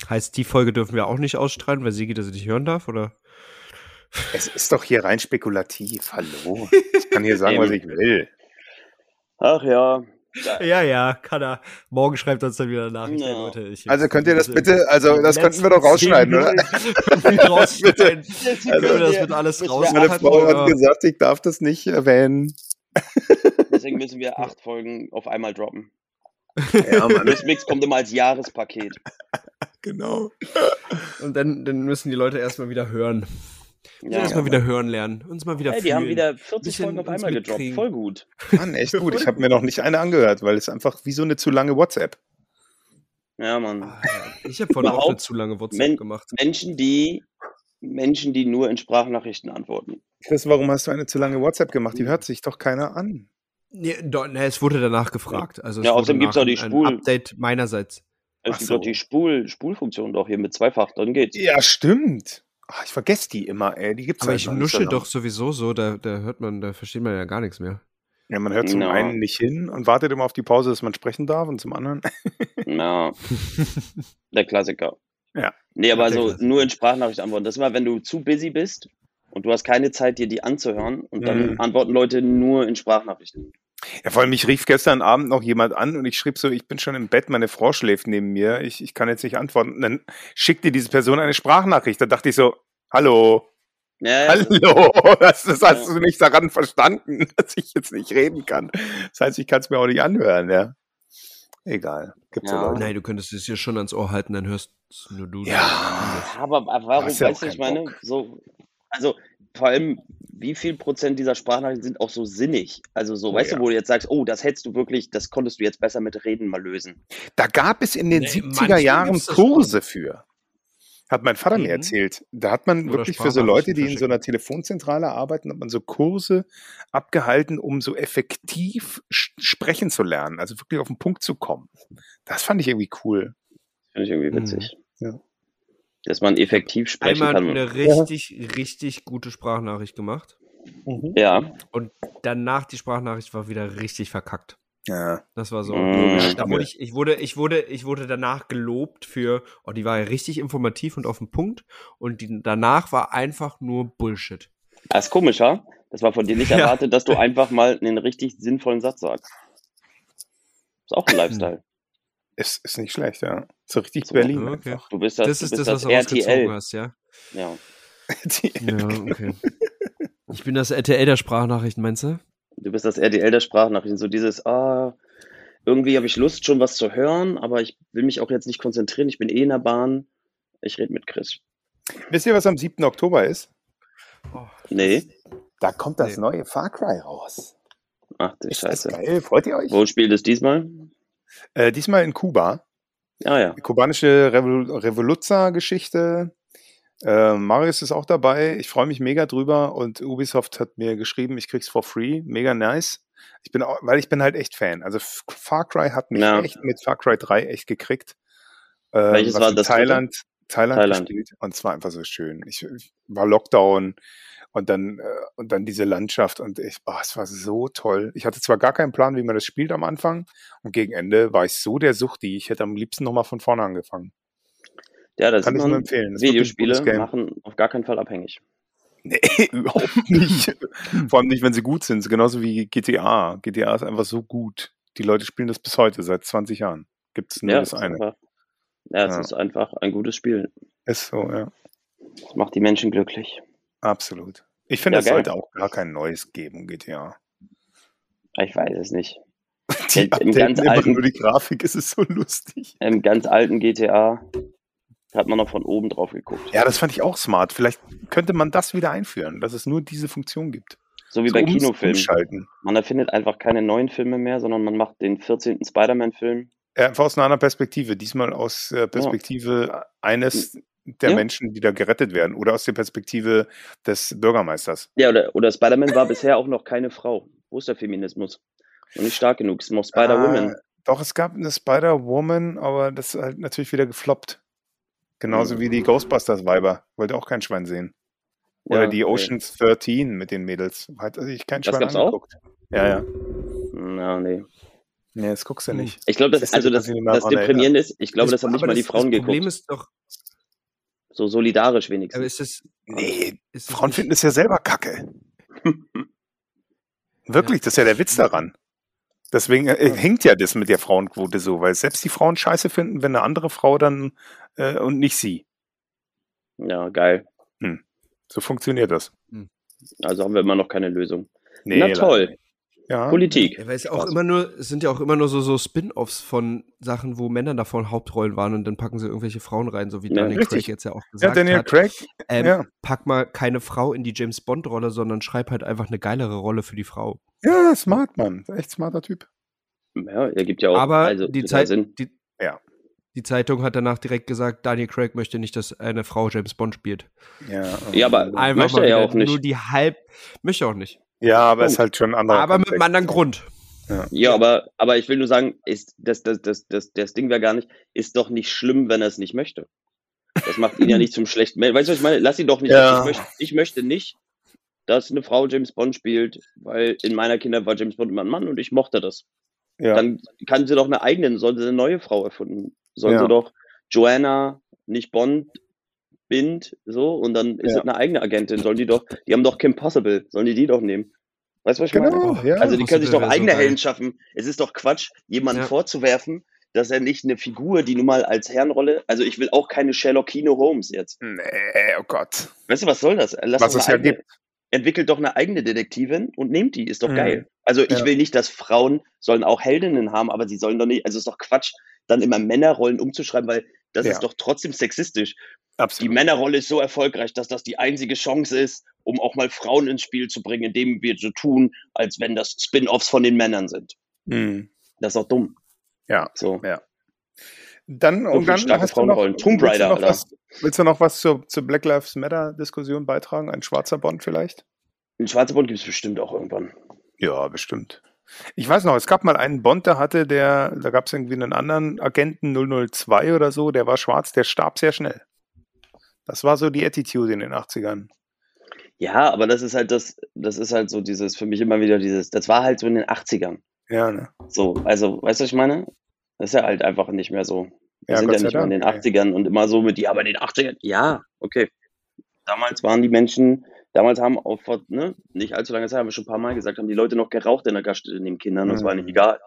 S4: Heißt, die Folge dürfen wir auch nicht ausstrahlen, weil Sigi das nicht hören darf, oder?
S3: Es ist doch hier rein spekulativ. Hallo. Ich kann hier sagen, was ich will.
S5: Ach
S4: Also,
S5: ja,
S4: Ja, ja, kann er. Morgen schreibt uns dann wieder Nachrichten,
S5: Ja.
S4: Leute. Ich,
S3: Also könnt ihr das bitte, also das könnten wir doch rausschneiden, oder?
S4: rausschneiden. Können wir das mit alles
S5: Müssen
S4: rausschneiden?
S5: wir
S3: Also, Meine Frau
S4: oder?
S3: hat gesagt, ich darf das nicht erwähnen.
S5: Deswegen müssen wir acht Folgen auf einmal droppen.
S3: Ja, Mann,
S5: Mix kommt immer als Jahrespaket.
S3: genau.
S4: Und dann, dann müssen die Leute erstmal wieder hören. Ja,
S5: Ja.
S4: erstmal wieder hören lernen. Uns mal wieder
S5: Ey,
S4: fühlen.
S5: die haben wieder 40
S4: Bisschen
S5: Folgen auf
S4: uns
S5: einmal gedroppt.
S4: mitkriegen.
S5: Voll gut.
S3: Mann, echt gut. Ich habe mir noch nicht eine angehört, weil es einfach wie so eine zu lange WhatsApp.
S5: Ja, Mann.
S4: Ah, ja. Ich habe vorhin auch eine
S5: Überhaupt,
S4: zu lange WhatsApp
S5: wenn-
S4: gemacht.
S5: Menschen, die Menschen, die nur in Sprachnachrichten antworten.
S3: Chris, warum hast du eine zu lange WhatsApp gemacht? Die hört sich doch keiner an.
S4: Nee, do, nee, es wurde danach gefragt. Also es
S5: Ja,
S4: wurde
S5: außerdem gibt's
S4: nach-
S5: auch die
S4: ein
S5: Spul-
S4: Update meinerseits.
S5: Es
S3: Ach
S5: gibt
S3: so.
S5: doch Also die Spul Spulfunktion doch hier mit zweifach, dann geht's.
S3: Ja, stimmt. Ach, ich vergesse die immer, ey. Die gibt's
S4: Aber
S3: halt
S4: ich
S3: noch nicht
S4: nusche
S3: so
S4: doch
S3: lange.
S4: sowieso so, da, da hört man, da versteht man ja gar nichts mehr.
S3: Ja, man hört zum
S4: Genau.
S5: Na.
S3: einen nicht hin und wartet immer auf die Pause, dass man sprechen darf und zum anderen.
S5: Na, der Klassiker.
S3: Ja.
S5: Nee, aber
S4: Ja, der
S5: also
S4: Klassiker.
S5: nur in Sprachnachrichten antworten. Das ist immer, wenn du zu busy bist und du hast keine Zeit, dir die anzuhören und dann
S3: Mhm.
S5: antworten Leute nur in Sprachnachrichten.
S3: Ja, vor allem, mich rief gestern Abend noch jemand an und ich schrieb so, ich bin schon im Bett, meine Frau schläft neben mir, ich, ich kann jetzt nicht antworten. Und dann schickte diese Person eine Sprachnachricht. Da dachte ich so, hallo,
S5: Ja, ja,
S3: hallo, das, das hast du nicht daran verstanden, dass ich jetzt nicht reden kann. Das heißt, ich kann es mir auch nicht anhören, ja. Egal, gibt's ja
S5: Ja.
S3: Leute.
S4: Nein, du könntest es hier schon ans Ohr halten, dann hörst nur du.
S3: Ja.
S5: aber aber warum,
S3: Hast
S5: weißt
S3: ja
S5: du,
S3: auch
S5: ich
S3: keinen
S5: meine,
S3: Bock.
S5: so, also vor allem, wie viel Prozent dieser Sprachnachrichten sind auch so sinnig? Also so,
S3: Oh,
S5: weißt
S3: ja.
S5: du, wo du jetzt sagst, oh, das hättest du wirklich, das konntest du jetzt besser mit Reden mal lösen.
S3: Da gab es in den
S4: Nee,
S3: 70er
S4: manchmal
S3: Jahren
S4: gibt's das schon.
S3: Kurse für. Hat mein Vater mir
S4: Mhm.
S3: erzählt. Da hat man
S4: Oder
S3: wirklich für so Leute, die in so
S4: Sprachnachrichten
S3: einer Telefonzentrale arbeiten, hat man so Kurse abgehalten, um so effektiv sch- sprechen zu lernen, also wirklich auf den Punkt zu kommen. Das fand ich irgendwie cool.
S5: Finde ich irgendwie
S4: Mhm.
S5: witzig.
S3: Ja.
S5: Dass man effektiv sprechen
S4: Einmal
S5: kann.
S4: eine richtig, richtig gute Sprachnachricht gemacht. Mhm.
S5: Ja,
S4: Danach die Sprachnachricht war wieder richtig verkackt.
S3: Ja.
S4: Das war so.
S5: Mm.
S4: Da wurde ich, ich wurde, ich wurde, ich wurde danach gelobt für, oh, die war ja richtig informativ und auf den Punkt. Und die danach war einfach nur Bullshit.
S5: das ist komisch, ha? Das war von dir nicht
S4: Ja.
S5: erwartet, dass du einfach mal einen richtig sinnvollen Satz sagst. Ist auch ein Lifestyle.
S3: Ist, ist nicht schlecht, ja. So richtig
S5: So,
S3: Berlin
S4: okay.
S3: einfach.
S5: Du bist das,
S4: Das,
S5: du
S4: ist
S5: bist
S4: das, was du
S5: RTL.
S4: rausgezogen hast, ja.
S5: Ja.
S3: Die,
S4: Ja, okay. Ich bin das RTL der Sprachnachrichten, meinst du?
S5: Du bist das RTL der Sprachnachrichten. So dieses, ah, irgendwie habe ich Lust, schon was zu hören, aber ich will mich auch jetzt nicht konzentrieren. Ich bin eh in der Bahn. Ich rede mit Chris.
S3: Wisst ihr, was am 7. Oktober ist?
S5: Nee.
S3: Da kommt das
S4: Nee.
S3: neue Far Cry raus.
S5: Ach du
S3: Ist das
S5: Scheiße.
S3: geil? Freut ihr euch?
S5: Wo spielt es diesmal?
S3: Äh, diesmal in Kuba.
S5: Ah ja.
S3: kubanische Revol Revoluzzer-Geschichte. Äh, Marius ist auch dabei. Ich freue mich mega drüber und Ubisoft hat mir geschrieben, ich krieg's for free. Mega nice. Ich bin auch, weil ich bin halt echt Fan. Also F- Far Cry hat mich
S5: Ja.
S3: echt mit Far Cry 3 echt gekriegt. Ähm,
S5: Welches
S3: was
S5: war
S3: in
S5: das dritte?
S3: Thailand, Thailand,
S5: Thailand.
S3: gespielt und es war einfach so schön. Ich, ich war Lockdown und dann äh, und dann diese Landschaft und ich, oh, es war so toll. Ich hatte zwar gar keinen Plan, wie man das spielt am Anfang und gegen Ende war ich so der Suchti. Ich hätte am liebsten nochmal von vorne angefangen.
S5: Ja, das
S3: Kann
S5: ist
S3: ich
S5: noch
S3: nur
S5: ein
S3: empfehlen. Das ist wirklich ein
S5: Videospiele
S3: gutes Game.
S5: machen auf gar keinen Fall abhängig.
S3: Nee, überhaupt nicht. Vor allem nicht, wenn sie gut sind. Genauso wie GTA. GTA ist einfach so gut. Die Leute spielen das bis heute, seit 20 Jahren. Gibt es nur
S5: ja,
S3: das
S5: es ist
S3: eine.
S5: Einfach, ja, es
S3: Ja.
S5: ist einfach ein gutes Spiel.
S3: Ist so, ja.
S5: Es macht die Menschen glücklich.
S3: Absolut. Ich finde,
S5: Ja,
S3: es
S5: geil.
S3: sollte auch gar kein neues geben, GTA.
S5: Ich weiß es nicht.
S3: Die
S5: Im ganz
S3: updaten immer
S5: alten-
S3: nur die Grafik, es ist so lustig.
S5: Im ganz alten GTA hat man noch von oben drauf geguckt.
S3: Ja, das fand ich auch smart. Vielleicht könnte man das wieder einführen, dass es nur diese Funktion gibt.
S5: so wie
S3: So
S5: bei
S3: ums-
S5: Kinofilmen.
S3: Umschalten.
S5: Man erfindet einfach keine neuen Filme mehr, sondern man macht den 14. Spider-Man-Film.
S3: Ja, Einfach aus einer anderen Perspektive. Diesmal aus äh, Perspektive eines der
S5: Ja.
S3: Menschen, die da gerettet werden oder aus der Perspektive des Bürgermeisters.
S5: Ja, oder, oder Spider-Man war bisher auch noch keine Frau. Wo ist der Feminismus? Und nicht stark genug. Es ist noch Spider-Woman.
S3: Ah, doch, es gab eine Spider-Woman, aber das ist halt natürlich wieder gefloppt. Genauso wie die Ghostbusters-Weiber. Wollte auch kein Schwein sehen. Oder
S5: Ja,
S3: die
S5: okay.
S3: Oceans 13 mit den Mädels. Hat sich kein
S5: Das
S3: Schwein
S5: gab's auch?
S3: angeguckt. Ja, ja.
S5: Na, nee.
S3: Nee, das guckst du ja nicht.
S5: Ich glaube, das,
S3: Siehst du,
S5: also
S3: dass
S5: das,
S3: ich nicht mehr
S5: das
S3: dran
S5: Deprimierende ist, ich glaube, das, haben nicht
S4: aber
S5: mal die
S4: das-
S5: Frauen
S4: das Problem
S5: geguckt.
S4: ist doch,
S5: So solidarisch
S4: aber
S5: wenigstens.
S4: ist das,
S3: Hm. Nee,
S4: ist das
S3: Frauen
S4: nicht-
S3: finden es ja selber kacke. Wirklich, das ist ja der Witz daran. Deswegen äh, hängt ja das mit der Frauenquote so, weil selbst die Frauen scheiße finden, wenn eine andere Frau dann äh, und nicht sie.
S5: Ja, geil.
S3: So funktioniert das.
S5: Also haben wir immer noch keine Lösung.
S3: Nee,
S5: Na
S3: leider.
S5: toll,
S3: Ja.
S5: Politik.
S4: Ja, weil es auch
S5: Spaß.
S4: immer nur, es sind ja auch immer nur so, so Spin-Offs von Sachen, wo Männer davon Hauptrollen waren und dann packen sie irgendwelche Frauen rein, so wie
S5: Ja,
S4: Daniel
S3: richtig.
S4: Craig jetzt ja auch
S3: Ja,
S4: gesagt
S3: Daniel
S4: hat.
S3: Craig,
S4: Ähm,
S3: ja.
S4: Pack mal keine Frau in die James-Bond-Rolle, sondern schreib halt einfach eine geilere Rolle für die Frau.
S3: Ja, smart, Mann. Echt smarter Typ.
S5: Ja, er gibt ja auch
S4: Aber
S5: also,
S4: die,
S5: total
S4: Zeit,
S5: Sinn.
S4: die,
S3: Ja.
S4: die Zeitung hat danach direkt gesagt, Daniel Craig möchte nicht, dass eine Frau James Bond spielt.
S3: Ja, oh
S5: Ja, aber
S4: Einfach
S5: möchte
S4: mal
S5: er ja
S4: wieder
S5: auch nicht.
S4: Nur die halb, möchte auch nicht.
S3: ja, aber
S5: Oh.
S3: ist halt schon ein anderer.
S4: aber mit einem
S3: Kontext.
S4: anderen Grund.
S5: Ja, aber, aber ich will nur sagen, ist das, das, das, das, das Ding wäre gar nicht, ist doch nicht schlimm, wenn er es nicht möchte. Das macht ihn ja nicht zum schlechten Menschen. Weißt du, was ich meine? Lass ihn doch nicht.
S3: Ja.
S5: Ich, möchte, ich möchte nicht, dass eine Frau James Bond spielt, weil in meiner Kindheit war James Bond immer ein Mann und ich mochte das.
S3: Ja.
S5: Dann kann sie doch eine eigene, soll sie eine neue Frau erfunden. Soll
S3: Ja.
S5: sie doch Joanna, nicht Bond, Bind, so, und dann ist
S3: Ja.
S5: es eine eigene Agentin. Sollen die doch, die haben doch Kim Possible, sollen die die doch nehmen? Weißt du, was ich meine?
S3: Genau, ja.
S5: Also die können sich
S4: Possible wäre
S5: doch
S4: so
S5: eigene
S4: geil.
S5: Helden schaffen. Es ist doch Quatsch, jemanden
S4: Ja.
S5: vorzuwerfen, dass er nicht eine Figur, die nun mal als Herrenrolle, also ich will auch keine Sherlockino Holmes jetzt.
S3: Nee, oh Gott.
S5: Weißt du, was soll das? Lass
S3: Was
S5: doch
S3: es
S5: eine
S3: ja
S5: eigene-
S3: gibt.
S5: Entwickelt doch eine eigene Detektivin und nehmt die, ist doch
S3: Mhm.
S5: geil. Also ich
S3: Ja.
S5: will nicht, dass Frauen sollen auch Heldinnen haben, aber sie sollen doch nicht, also ist doch Quatsch, dann immer Männerrollen umzuschreiben, weil das
S3: Ja.
S5: ist doch trotzdem sexistisch. Die
S3: Absolut.
S5: Männerrolle ist so erfolgreich, dass das die einzige Chance ist, um auch mal Frauen ins Spiel zu bringen, indem wir so tun, als wenn das Spin-offs von den Männern sind.
S3: Mhm.
S5: Das ist doch dumm.
S3: Ja.
S5: So.
S3: Dann,
S5: So
S3: und
S5: viele
S3: dann
S5: starke
S3: hast du noch,
S5: Frauenrollen. Tomb
S3: willst du
S5: Raider,
S3: noch
S5: oder?
S3: was, willst du noch was zur, zur Black Lives Matter-Diskussion beitragen? Ein schwarzer Bond vielleicht?
S5: Ein schwarzer Bund gibt es bestimmt auch irgendwann.
S3: Ja, bestimmt. Ich weiß noch, es gab mal einen Bond, der hatte, der, da gab es irgendwie einen anderen Agenten 002 oder so, der war schwarz, der starb sehr schnell. Das war so die Attitude in den 80ern.
S5: Ja, aber das ist halt das, das ist halt so dieses, für mich immer wieder dieses, das war halt so in den 80ern.
S3: Ja, ne?
S5: So, also, weißt du, was ich meine? Das ist ja halt einfach nicht mehr so. Wir
S3: Ja,
S5: sind
S3: Gott
S5: ja
S3: sei
S5: nicht mehr in
S3: Dank,
S5: den 80ern und immer so mit, ja, aber in den 80ern, ja, okay. Damals waren die Menschen, damals haben auch vor, ne, nicht allzu langer Zeit, haben wir schon ein paar Mal gesagt, haben die Leute noch geraucht in der Gaststätte neben Kindern und es
S3: Mhm.
S5: war nicht egal.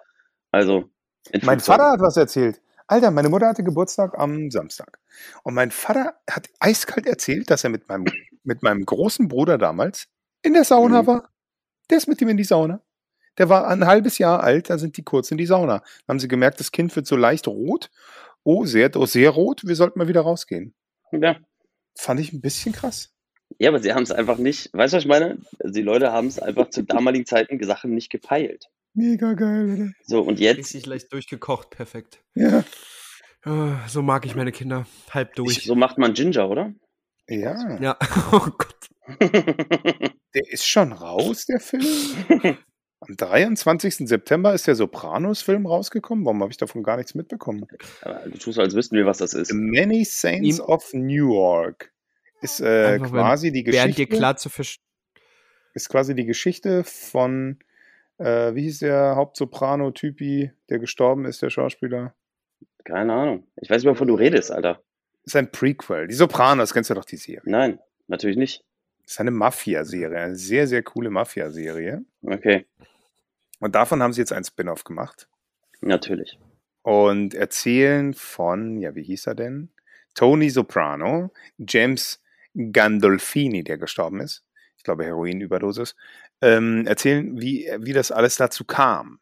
S5: Also, in
S3: Mein
S5: Flugzeugen.
S3: Vater hat was erzählt. Alter, meine Mutter hatte Geburtstag am Samstag. Und mein Vater hat eiskalt erzählt, dass er mit meinem, mit meinem großen Bruder damals in der Sauna
S5: Mhm.
S3: war. Der ist mit ihm in die Sauna. Der war ein halbes Jahr alt, da sind die kurz in die Sauna. Dann haben sie gemerkt, das Kind wird so leicht rot. Oh, sehr, oh, sehr rot, wir sollten mal wieder rausgehen.
S5: Ja.
S3: Fand ich ein bisschen krass.
S5: Ja, aber sie haben es einfach nicht, weißt du, was ich meine? Also die Leute haben es einfach zu damaligen Zeiten Sachen nicht gepeilt.
S3: Mega geil, oder?
S5: So, und jetzt,
S4: Richtig leicht durchgekocht, perfekt.
S3: Ja.
S4: Ah, So mag ich meine Kinder. Halb durch.
S5: ich, so macht man Ginger, oder?
S3: Ja.
S4: ja. Oh Gott.
S3: Der ist schon raus, der Film. Am 23. September ist der Sopranos-Film rausgekommen. Warum habe ich davon gar nichts mitbekommen?
S5: aber du tust so, als wüssten wir, was das ist.
S3: The Many Saints
S4: Ihm-
S3: of New York ist äh,
S4: Einfach, weil
S3: quasi die
S4: Während dir
S3: Geschichte
S4: klar zu verstehen.
S3: ist quasi die Geschichte von äh, wie hieß der Hauptsoprano-Typi, der gestorben ist, der Schauspieler.
S5: Keine Ahnung. Ich weiß nicht, wovon du redest, Alter.
S3: Ist ein Prequel. Die Sopranos, kennst du doch die Serie.
S5: Nein, natürlich nicht.
S3: Ist eine Mafia-Serie, eine sehr, sehr coole Mafia-Serie.
S5: Okay,
S3: Und davon haben sie jetzt ein Spin-off gemacht.
S5: natürlich.
S3: und erzählen von, ja, wie hieß er denn? Tony Soprano, James Gandolfini, der gestorben ist, ich glaube Heroinüberdosis, ähm, erzählen, wie, wie das alles dazu kam.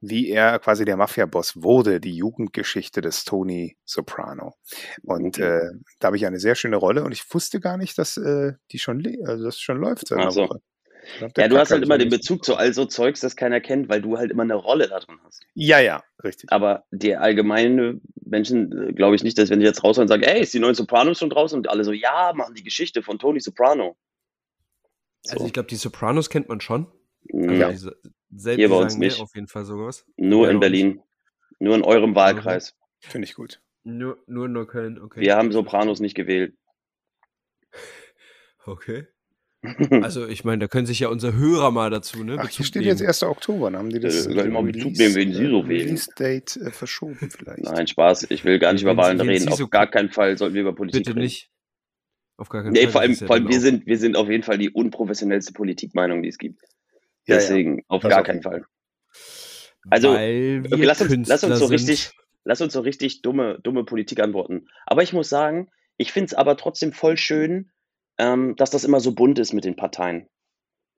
S3: Wie er quasi der Mafia-Boss wurde, die Jugendgeschichte des Tony Soprano. Und
S5: Okay.
S3: äh, da habe ich eine sehr schöne Rolle und ich wusste gar nicht, dass äh, die schon, le- also, dass es schon läuft. seit einer
S5: Ach so.
S3: Woche.
S5: Ja, du hast halt immer den Bezug zu all so Zeugs, das keiner kennt, weil du halt immer eine Rolle da drin hast.
S3: Ja, ja, richtig.
S5: Aber die allgemeine Menschen, glaube ich nicht, dass wenn ich jetzt raushaue und sage, ey, ist die neuen Sopranos schon draußen? Und alle so, ja, machen die Geschichte von Tony Soprano.
S4: Also ich glaube, die Sopranos kennt man schon. Also
S5: Ja,
S4: diese- selten
S5: Hier bei uns
S4: sagen mir
S5: nicht.
S4: Auf jeden Fall sowas.
S5: nur
S4: Ja,
S5: in
S4: doch.
S5: Berlin. Nur in
S4: Also,
S5: eurem Wahlkreis.
S3: Finde ich gut.
S4: Nur, nur in Neukölln, okay.
S5: Wir haben Sopranos nicht gewählt.
S4: Okay. Also ich meine, da können sich ja unser Hörer mal dazu, ne?
S3: Ach, hier
S4: Bezug
S3: steht
S4: nehmen.
S3: jetzt 1. Oktober. Dann haben die das
S5: Äh, sollten wir mal Bezug nehmen, wen Sie so wählen.
S3: Release Date äh, verschoben vielleicht.
S5: Nein, Spaß. Ich will gar nicht
S4: Wenn
S5: über
S4: Sie-
S5: Wahlen
S4: wenn
S5: reden.
S4: Sie
S5: Auf
S4: so-
S5: gar keinen Fall sollten wir über Politik
S4: Bitte
S5: reden.
S4: nicht. Auf gar keinen
S5: Nee,
S4: Fall.
S5: vor
S4: das
S5: allem,
S4: ist ja genau-
S5: vor allem
S4: dann
S5: wir,
S4: auch-
S5: sind, wir sind auf jeden Fall die unprofessionellste Politikmeinung, die es gibt.
S3: Ja, ja.
S5: Deswegen auf
S3: Das
S5: gar
S3: auf
S5: keinen
S3: jeden
S5: Fall. also,
S4: weil wir
S5: Okay, lass, uns, lass
S4: Künstler
S5: uns so
S4: sind.
S5: richtig, lass uns so richtig dumme, dumme Politik antworten. Aber ich muss sagen, ich finde es aber trotzdem voll schön, ähm, dass das immer so bunt ist mit den Parteien.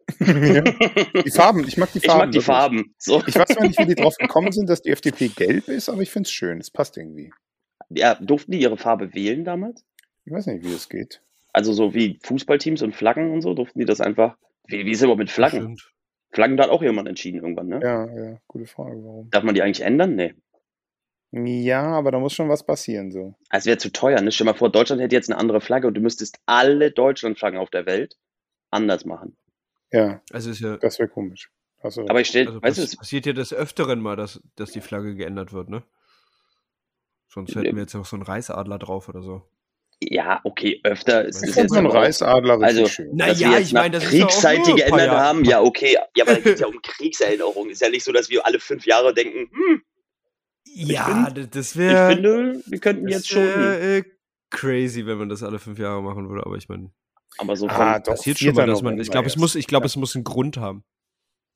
S3: die Farben, ich mag die Farben.
S5: ich mag die
S3: wirklich.
S5: Farben. So.
S3: Ich weiß zwar nicht, wie die drauf gekommen sind, dass die FDP gelb ist, aber ich finde es schön. Es passt irgendwie.
S5: Ja, durften die ihre Farbe wählen damals?
S3: Ich weiß nicht, wie das geht.
S5: Also so wie Fußballteams und Flaggen und so, durften die das einfach. Wie, wie ist es überhaupt mit Flaggen?
S4: Stimmt.
S5: Flaggen da hat auch jemand entschieden irgendwann, ne?
S3: Ja, ja, gute Frage, warum.
S5: Darf man die eigentlich ändern? Nee.
S3: Ja, aber da muss schon was passieren, so.
S5: Es wäre zu teuer, ne? Stell dir mal vor, Deutschland hätte jetzt eine andere Flagge und du müsstest alle Deutschlandflaggen auf der Welt anders machen.
S3: Ja,
S4: Also ist ja.
S3: das wäre komisch. Also,
S5: Aber ich stell,
S4: Also
S5: Äh, weißt du,
S4: pass,
S5: es-
S4: passiert ja des Öfteren mal, dass, dass die Flagge geändert wird, ne? Sonst
S5: Äh,
S4: hätten wir jetzt auch so einen Reisadler drauf oder so.
S5: ja, okay, öfter ist,
S3: ich
S5: ist
S3: finde
S5: jetzt
S3: so einen
S5: aber auch-
S3: Reisadler richtig
S5: Also-
S3: schön.
S4: Na
S5: dass
S4: ja,
S5: wir jetzt
S4: ich meine,
S5: nach
S4: das ist ja auch
S5: Kriegszeit
S4: nur
S5: die
S4: ein paar
S5: geändert
S4: Jahre.
S5: haben, ja, okay. Ja, aber da geht es ja um Kriegserinnerungen. Ist ja nicht so, dass wir alle fünf Jahre denken, hm,
S4: Ja,
S5: find-
S4: d- das
S5: ich
S4: wäre
S5: finde, wir könnten jetzt schon.
S4: äh, crazy, wenn man das alle fünf Jahre machen würde, aber ich meine,
S5: aber so
S3: Ah,
S5: von,
S3: doch,
S4: passiert schon mal,
S3: 4.
S4: dass man. Ich
S3: November
S4: glaube, es
S3: jetzt.
S4: muss, ich glaube,
S3: Ja.
S4: es muss einen Grund haben.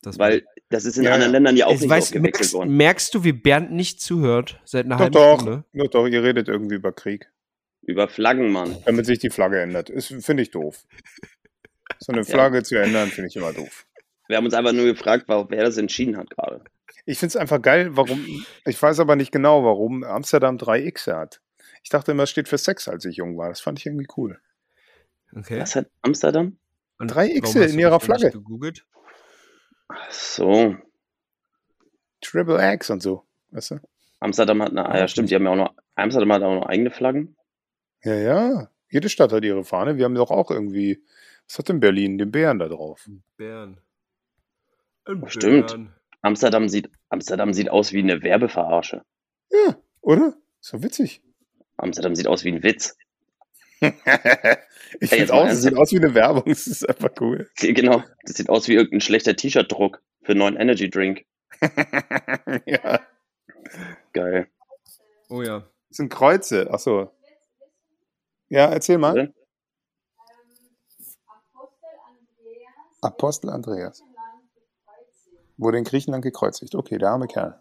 S4: dass man-
S5: weil das ist in
S3: Ja, ja.
S5: anderen Ländern ja auch
S4: ich
S5: nicht
S4: weiß,
S5: gewechselt
S4: merkst,
S5: worden.
S4: merkst du, wie Bernd nicht zuhört seit einer
S3: Doch,
S4: halben
S3: doch,
S4: Stunde?
S3: doch, doch, ihr redet irgendwie über Krieg,
S5: Über Flaggen, Mann.
S3: damit sich die Flagge ändert. Ist- Finde ich doof. So eine Flagge zu ändern, finde ich immer doof.
S5: Wir haben uns einfach nur gefragt, wa- wer das entschieden hat gerade.
S3: Ich finde es einfach geil, warum, ich weiß aber nicht genau, warum Amsterdam 3X hat. Ich dachte immer, es steht für Sex, als ich jung war. Das fand ich irgendwie cool.
S4: Okay.
S5: Was hat Amsterdam?
S4: Und
S3: Drei
S4: warum
S3: Xe
S4: hast
S3: in
S4: du
S3: ihrer
S4: das noch nicht
S3: Flagge.
S4: Gegoogelt?
S5: Ach so.
S3: Triple X und so. Weißt du?
S5: Amsterdam hat eine, ah, ja stimmt, die haben ja auch noch, Amsterdam hat auch noch eigene Flaggen.
S3: Ja, ja. Jede Stadt hat ihre Fahne. Wir haben doch auch irgendwie, was hat denn Berlin? Den Bären da drauf.
S4: Bern. Ein
S5: Stimmt.
S4: Bern.
S5: Amsterdam sieht, Amsterdam sieht aus wie eine Werbeverarsche.
S3: Ja, oder? Ist doch witzig.
S5: Amsterdam sieht aus wie ein Witz.
S3: ich
S5: Ey, jetzt
S3: finde
S5: mal
S3: auch, es sieht
S5: ernsthaft.
S3: aus wie eine Werbung. Es ist einfach cool.
S5: Genau, das sieht aus wie irgendein schlechter T-Shirt-Druck für einen neuen Energy Drink.
S3: ja.
S5: Geil.
S4: Oh ja.
S3: Das sind Kreuze. Ach so. Ja, erzähl mal.
S5: Oder?
S3: Apostel Andreas. Wurde in Griechenland gekreuzigt. Okay, der arme Kerl.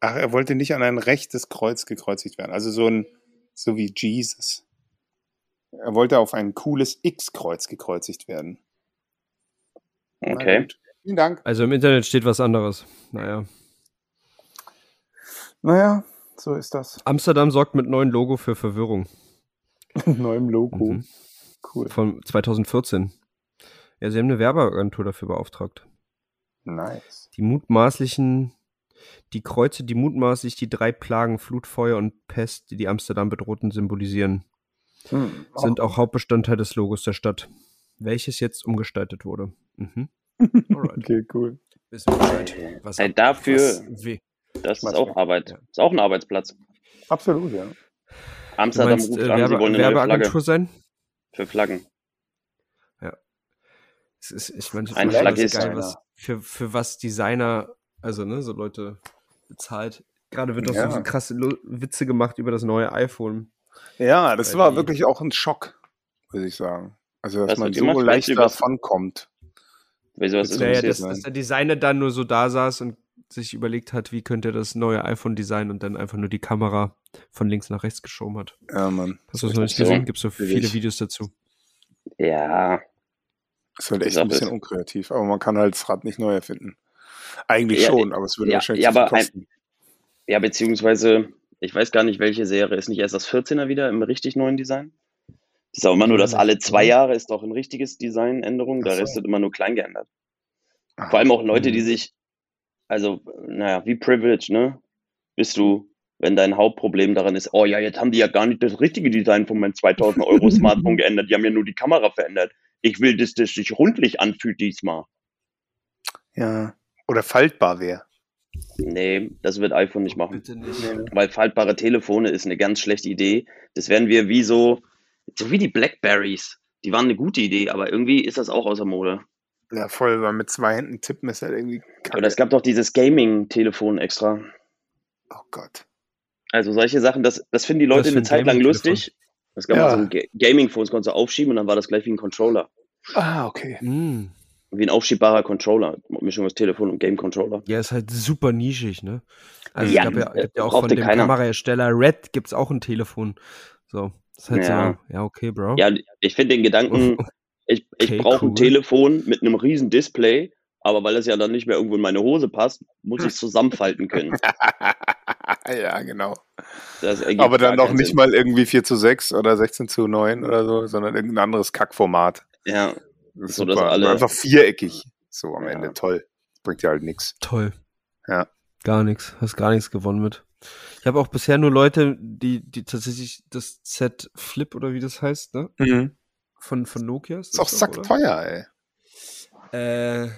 S3: Ach, er wollte nicht an ein rechtes Kreuz gekreuzigt werden. Also so ein, so wie Jesus. Er wollte auf ein cooles X-Kreuz gekreuzigt werden. Na
S5: Okay.
S3: gut. Vielen Dank.
S4: Also im Internet steht was anderes. Naja.
S3: Naja, so ist das.
S4: Amsterdam sorgt mit neuem Logo für Verwirrung.
S3: Neuem Logo.
S4: Mhm.
S3: Cool.
S4: Von 2014. Ja, sie haben eine Werbeagentur dafür beauftragt.
S3: Nice.
S4: Die mutmaßlichen, die Kreuze, die mutmaßlich die drei Plagen Flut, Feuer und Pest, die die Amsterdam bedrohten, symbolisieren,
S3: Hm.
S4: sind auch Hauptbestandteil des Logos der Stadt, welches jetzt umgestaltet wurde. Mhm. Alright.
S3: Okay, cool.
S4: Wissen wir Bescheid. Was
S5: Ey, dafür-
S4: was we-
S5: Das ist
S3: Schmeiß
S5: auch
S3: weg.
S5: Arbeit.
S4: Ja.
S5: Ist auch ein Arbeitsplatz.
S3: Absolut, ja.
S4: Du
S5: Amsterdam
S4: meinst,
S5: ruft
S4: äh,
S5: an, sie
S4: Werbe
S5: wollen eine neue
S4: Werbeagentur sein?
S5: Flagge für Flaggen.
S4: Es ist, ich meine,
S5: Ein
S4: manchmal
S5: Flagge
S4: ist es
S5: ist
S4: geil, was, für, für was Designer, also ne, so Leute bezahlt. Gerade wird doch so
S3: Ja.
S4: krasse Lu- Witze gemacht über das neue iPhone.
S3: Ja, das
S4: Bei
S3: war
S4: die-
S3: wirklich auch ein Schock, muss ich sagen. Also, dass
S5: Was
S3: man
S5: wird
S3: so
S5: gemacht? Meinst
S3: leicht
S5: du, was-
S3: davon kommt.
S5: Weißt du, was
S3: Das
S5: ist?
S3: wär
S4: Naja,
S3: ja-
S5: das?
S4: dass,
S3: passiert, ne?
S4: dass der Designer dann nur so da saß und sich überlegt hat, wie könnte er das neue iPhone designen und dann einfach nur die Kamera von links nach rechts geschoben hat.
S3: Ja, Mann.
S4: Hast du das noch nicht
S5: So.
S4: gesehen? Gibt so viele
S3: Wirklich.
S4: Videos dazu.
S5: Ja,
S3: Das ist halt echt
S5: Sache
S3: ein bisschen
S5: ist-
S3: unkreativ, aber man kann halt das Rad nicht neu erfinden. Eigentlich
S5: Ja, äh,
S3: schon, aber es würde
S5: ja,
S3: wahrscheinlich
S5: ja,
S3: zu viel
S5: aber ein-
S3: kosten.
S5: ja, beziehungsweise, ich weiß gar nicht, welche Serie ist nicht erst das 14er wieder im richtig neuen Design. Das ist auch immer nur das alle zwei Jahre ist doch ein richtiges Designänderung, der Rest wird immer nur klein geändert. Vor allem auch Leute, die sich, also, naja, wie privileged, ne? Bist du, wenn dein Hauptproblem daran ist, oh ja, jetzt haben die ja gar nicht das richtige Design von meinem 2000 Euro Smartphone geändert, die haben ja nur die Kamera verändert. Ich will, dass das sich rundlich anfühlt diesmal.
S3: Ja. Oder faltbar wäre.
S5: Nee, das wird iPhone nicht machen.
S4: Bitte nicht.
S5: Weil faltbare Telefone ist eine ganz schlechte Idee. Das werden wir wie so, so wie die Blackberries. Die waren eine gute Idee, aber irgendwie ist das auch außer Mode.
S3: Ja, voll, weil mit zwei Händen tippen ist halt irgendwie kacke.
S5: Oder es gab doch dieses Gaming-Telefon extra.
S3: oh Gott.
S5: Also solche Sachen, das, das finden die Leute
S4: für
S5: eine
S4: ein
S5: Zeit lang
S4: Gaming-Telefon.
S5: lustig. Es gab
S3: Ja.
S5: mal so ein Ga- Gaming-Phone, das konntest du aufschieben und dann war das gleich wie ein Controller.
S3: Ah, okay.
S4: Mm.
S5: Wie ein aufschiebbarer Controller. Mischung aus Telefon und Game-Controller.
S4: Ja, ist halt super nischig, ne? Also
S5: Ja,
S4: es gab ja,
S5: äh,
S4: gibt ja auch
S5: brauchte
S4: von dem
S5: keiner.
S4: Kamerahersteller Red gibt's auch ein Telefon. So, ist halt
S5: Ja.
S4: so, ja, okay, Bro.
S5: Ja, ich finde den Gedanken,
S3: Mhm.
S5: ich, ich
S4: Okay,
S5: brauche ein
S4: cool.
S5: Telefon mit einem riesen Display, aber weil das ja dann nicht mehr irgendwo in meine Hose passt, muss ich es zusammenfalten können.
S3: ja, genau.
S5: Das ergibt
S3: Aber dann
S5: gar
S3: noch
S5: keinen
S3: nicht
S5: Sinn.
S3: mal irgendwie 4 zu 6 oder 16 zu 9 oder so, sondern irgendein anderes Kackformat.
S5: Ja,
S3: Das ist
S5: So, dass
S3: super.
S5: alle-
S3: Einfach viereckig. So am
S5: Ja.
S3: Ende. Toll. Bringt ja halt nichts.
S4: Toll.
S3: Ja.
S4: Gar nichts. Hast gar nichts gewonnen mit. Ich habe auch bisher nur Leute, die, die tatsächlich das Z Flip oder wie das heißt, ne? Von, von Nokia.
S3: Ist auch
S4: das doch, oder?
S3: sackteuer, ey.
S4: Äh,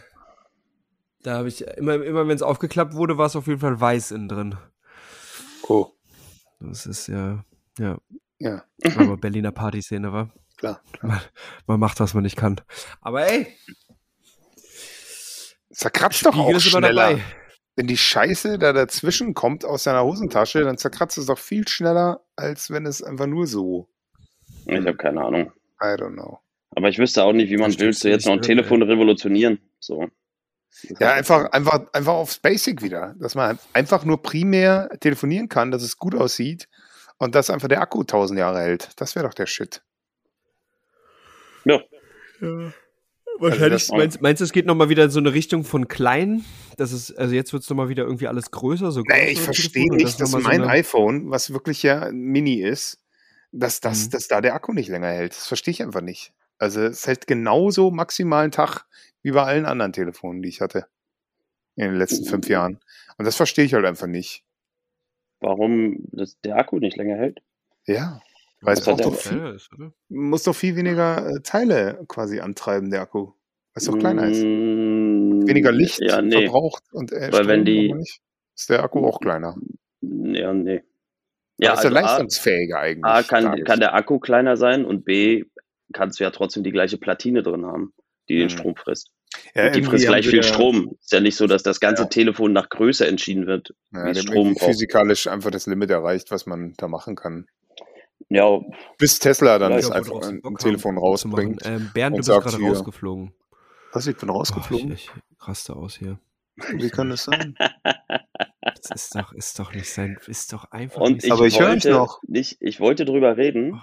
S4: da habe ich immer, immer wenn es aufgeklappt wurde, war es auf jeden Fall weiß innen drin.
S3: Oh.
S4: Das ist ja, ja.
S3: Ja.
S4: Aber Berliner Partyszene war.
S3: Mhm. Klar,
S4: Man, man macht, was man nicht kann. Aber ey,
S3: Zerkratzt doch
S4: Spiegel
S3: auch
S4: ist immer
S3: schneller.
S4: dabei.
S3: Wenn die Scheiße da dazwischen kommt aus deiner Hosentasche, dann zerkratzt es doch viel schneller, als wenn es einfach nur so.
S5: ich habe keine Ahnung.
S3: I don't know.
S5: Aber ich wüsste auch nicht, wie man
S4: Das
S5: will,
S4: stimmt
S5: so
S4: nicht,
S5: jetzt noch ein
S4: ne?
S5: Telefon revolutionieren. So.
S3: Ja, einfach, einfach, einfach aufs Basic wieder. Dass man halt einfach nur primär telefonieren kann, dass es gut aussieht und dass einfach der Akku tausend Jahre hält. Das wäre doch der Shit.
S5: Ja.
S3: Also Wahrscheinlich-
S5: das-
S4: meinst, meinst du, es geht nochmal wieder in so eine Richtung von klein? Das ist, also jetzt wird es nochmal wieder irgendwie alles größer, so
S3: Nee, ich
S4: größere
S3: verstehe
S4: Telefone,
S3: nicht,
S4: das
S3: dass
S4: ist noch mal
S3: mein
S4: so eine-
S3: iPhone, was wirklich ja Mini ist, dass, das,
S4: Mhm.
S3: dass da der Akku nicht länger hält. Das verstehe ich einfach nicht. Also es hält genauso maximalen Tag wie bei allen anderen Telefonen, die ich hatte in den letzten fünf
S4: Mhm.
S3: Jahren. Und das verstehe ich halt einfach nicht.
S5: Warum das, der Akku nicht länger hält?
S3: Ja. Weil es
S5: Das hat
S3: braucht
S5: der-
S3: doch viel,
S4: Ja, ist, halt oder?
S3: muss doch viel weniger äh, Teile quasi antreiben, der Akku. Weil es doch kleiner ist.
S5: Mm,
S3: Weniger Licht
S5: Ja, nee.
S3: verbraucht und äh,
S5: Weil wenn die-
S3: aber nicht, ist der Akku auch kleiner.
S5: Ja, nee.
S3: Ja,
S5: Ja,
S3: ist also
S5: also
S3: er
S5: A,
S3: leistungsfähiger eigentlich.
S5: A kann,
S3: dadurch.
S5: kann der Akku kleiner sein und B kannst du ja trotzdem die gleiche Platine drin haben, die den
S3: Mhm.
S5: Strom frisst.
S3: Ja,
S5: und die
S3: irgendwie
S5: frisst
S3: haben
S5: gleich
S3: wir
S5: viel
S3: da-
S5: Strom. Ist ja nicht so, dass das ganze Telefon nach Größe entschieden wird.
S3: Ja,
S5: wie
S3: der
S5: Strom
S3: Strom
S5: braucht.
S3: physikalisch einfach das Limit erreicht, was man da machen kann.
S5: Ja,
S3: Bis Tesla dann
S5: Ja,
S3: das
S5: ja,
S3: einfach
S4: worauf sie
S3: ein
S4: Bock haben,
S3: Telefon
S4: zu machen.
S3: rausbringt.
S4: Ähm, Bernd, du
S3: und
S4: bist
S3: sagt
S4: gerade
S3: hier-
S4: rausgeflogen.
S3: Was, ich bin
S4: Oh,
S3: rausgeflogen?
S4: ich, ich raste aus hier.
S3: Wie kann das sein?
S4: Das ist doch, ist doch nicht sein, ist doch einfach
S5: und
S4: nicht Ah,
S5: ich,
S3: Aber ich höre euch
S5: wollte
S3: noch.
S5: nicht, ich wollte drüber reden.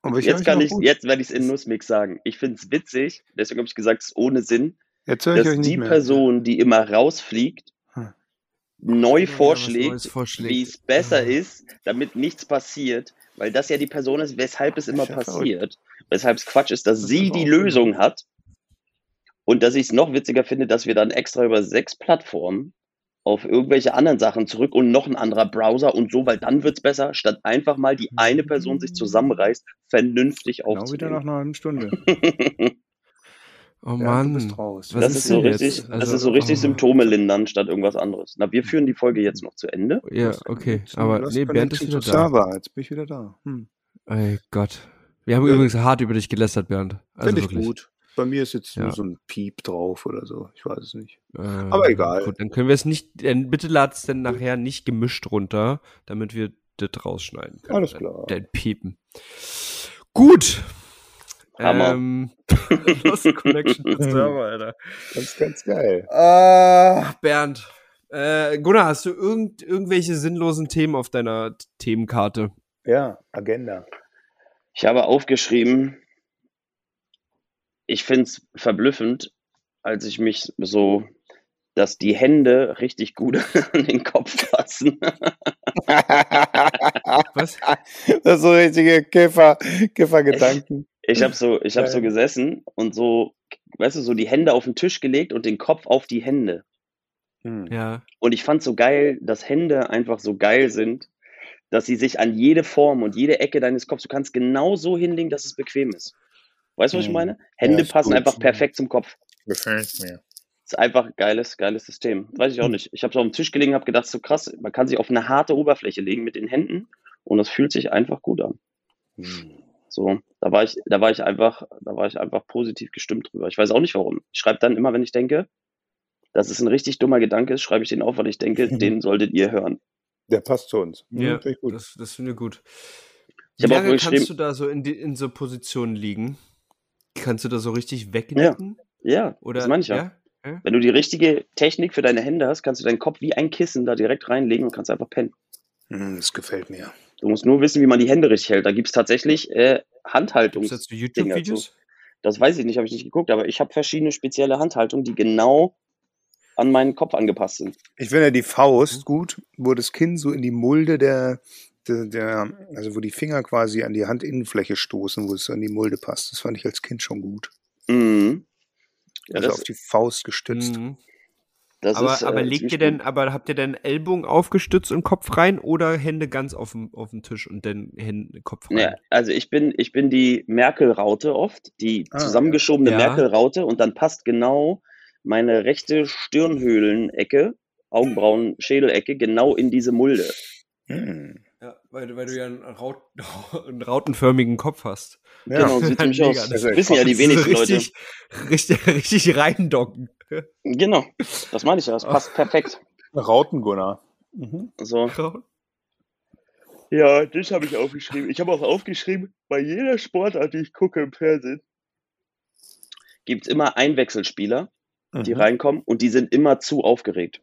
S3: Aber ich höre
S5: jetzt
S3: euch
S5: kann
S3: noch
S5: ich,
S3: gut.
S5: jetzt werde ich es in Nussmix sagen. Ich finde es witzig, deswegen habe ich gesagt, es ist ohne Sinn,
S3: Jetzt höre ich
S5: dass
S3: euch
S5: die
S3: nicht mehr.
S5: Person, die immer rausfliegt,
S3: Hm.
S4: Immer
S5: neu
S4: wieder was Neues
S5: vorschlägt,
S4: vorschlägt. Ah.
S5: wie es besser
S4: Ja.
S5: ist, damit nichts passiert, weil das ja die Person ist, weshalb es immer
S3: Ist ja verrückt.
S5: passiert, weshalb es Quatsch ist, dass
S3: Das
S5: sie
S3: ist
S5: die
S3: auch
S5: Lösung hat. Und dass ich es noch witziger finde, dass wir dann extra über sechs Plattformen auf irgendwelche anderen Sachen zurück und noch ein anderer Browser und so, weil dann wird es besser, statt einfach mal die eine Person sich zusammenreißt, vernünftig
S3: Genau wieder nach
S5: aufzunehmen.
S3: einer halben Stunde.
S4: Oh
S3: Ja, du
S4: Mann.
S3: bist raus.
S4: Was
S5: Das
S4: ist
S5: ist so
S4: denn jetzt?
S5: richtig, das
S4: Also,
S5: ist so richtig
S4: oh.
S5: Symptome lindern statt irgendwas anderes. Na, wir führen die Folge jetzt noch zu Ende.
S4: Ja, okay. Aber nee, Bernd ist wieder da.
S3: Server. Jetzt bin ich wieder da. Hm.
S4: Ey Gott. Wir haben übrigens hart über dich gelästert, Bernd. Also
S3: Finde ich
S4: wirklich.
S3: gut. Bei mir ist jetzt
S4: Ja.
S3: nur so ein Piep drauf oder so. Ich weiß es nicht.
S4: Äh,
S3: Aber egal.
S4: Gut, dann können wir es nicht. Dann bitte lad es denn nachher nicht gemischt runter, damit wir das rausschneiden können.
S3: Alles klar.
S4: Dein Piepen. Gut.
S5: Hammer.
S4: Ähm, Lost Connection to Server, Alter.
S3: Das ist ganz geil.
S4: Ah, Bernd. Äh, Gunnar, hast du irgend, irgendwelche sinnlosen Themen auf deiner T- Themenkarte?
S3: Ja, Agenda.
S5: Ich habe aufgeschrieben, ich finde es verblüffend, als ich mich so dass die Hände richtig gut an den Kopf fassen.
S4: Was?
S3: Das ist so richtige Käfer, Käfergedanken.
S5: Ich habe so, ich hab so gesessen und so, weißt du, so die Hände auf den Tisch gelegt und den Kopf auf die Hände.
S3: Hm.
S4: Ja.
S5: Und ich fand so geil, dass Hände einfach so geil sind, dass sie sich an jede Form und jede Ecke deines Kopfs, du kannst genau so hinlegen, dass es bequem ist. Weißt du, was ich
S3: Hm.
S5: meine? Hände
S3: ist
S5: passen
S3: gut.
S5: einfach perfekt zum Kopf.
S3: Gefällt mir.
S5: Ist einfach ein geiles, geiles System. Weiß ich auch nicht. Ich habe so auf dem Tisch gelegen, habe gedacht, so krass, man kann sich auf eine harte Oberfläche legen mit den Händen und das fühlt sich einfach gut an.
S3: Hm.
S5: So, da war ich, da war ich einfach, da war ich einfach positiv gestimmt drüber. Ich weiß auch nicht warum. Ich schreibe dann immer, wenn ich denke, das ist ein richtig dummer Gedanke, schreibe ich den auf, weil ich denke, den solltet ihr hören.
S3: Der passt zu uns. Mhm,
S4: Ja,
S3: finde ich gut.
S4: das, das finde ich gut.
S5: Ich hab
S4: Wie
S5: auch
S4: lange
S5: geschrieben-
S4: kannst du da so in, die, in so Positionen liegen? Kannst du da so richtig wegnicken?
S5: Ja,
S4: Oder,
S5: das meine ich ja. Wenn du die richtige Technik für deine Hände hast, kannst du deinen Kopf wie ein Kissen da direkt reinlegen und kannst einfach pennen.
S3: Mhm, das gefällt mir.
S5: Du musst nur wissen, wie man die Hände richtig hält. Da gibt es tatsächlich äh,
S4: Gibt es
S5: Handhaltungs.
S4: dazu YouTube-Videos?
S5: Das weiß ich nicht, habe ich nicht geguckt, aber ich habe verschiedene spezielle Handhaltungen, die genau an meinen Kopf angepasst sind.
S3: Ich finde ja die Faust gut, wo das Kinn so in die Mulde der, der, der, also wo die Finger quasi an die Handinnenfläche stoßen, wo es so an die Mulde passt. Das fand ich als Kind schon gut.
S5: Mhm. Ja,
S3: also
S5: das-
S3: auf die Faust gestützt.
S4: Mhm.
S5: Das
S4: Aber,
S5: ist, äh,
S4: aber legt ihr
S5: ziemlich
S4: denn,
S5: gut.
S4: aber habt ihr denn Ellbogen aufgestützt und Kopf rein oder Hände ganz auf dem, auf dem Tisch und dann Hände, Kopf rein?
S5: Ja, also ich bin, ich bin die Merkel-Raute oft, die
S3: Ah,
S5: zusammengeschobene
S4: ja. Ja.
S5: Merkel-Raute und dann passt genau meine rechte Stirnhöhlenecke, Augenbrauen, Schädelecke, genau in diese Mulde.
S3: Mhm.
S4: Ja, weil, weil du ja einen, Raut, einen rautenförmigen Kopf hast.
S3: Ja,
S5: Genau, sieht ziemlich
S4: Mega,
S5: aus.
S4: das
S5: Das wissen ja die
S4: Kannst du
S5: wenigsten Leute.
S4: richtig, Richtig, richtig reindocken.
S5: Genau, Oh. das meine ich ja, das passt perfekt.
S3: Rautengunner. Mhm.
S5: So. Ja, das habe ich aufgeschrieben. Ich habe auch aufgeschrieben, bei jeder Sportart, die ich gucke im Fernsehen, gibt es immer Einwechselspieler, die
S3: Mhm.
S5: reinkommen und die sind immer zu aufgeregt.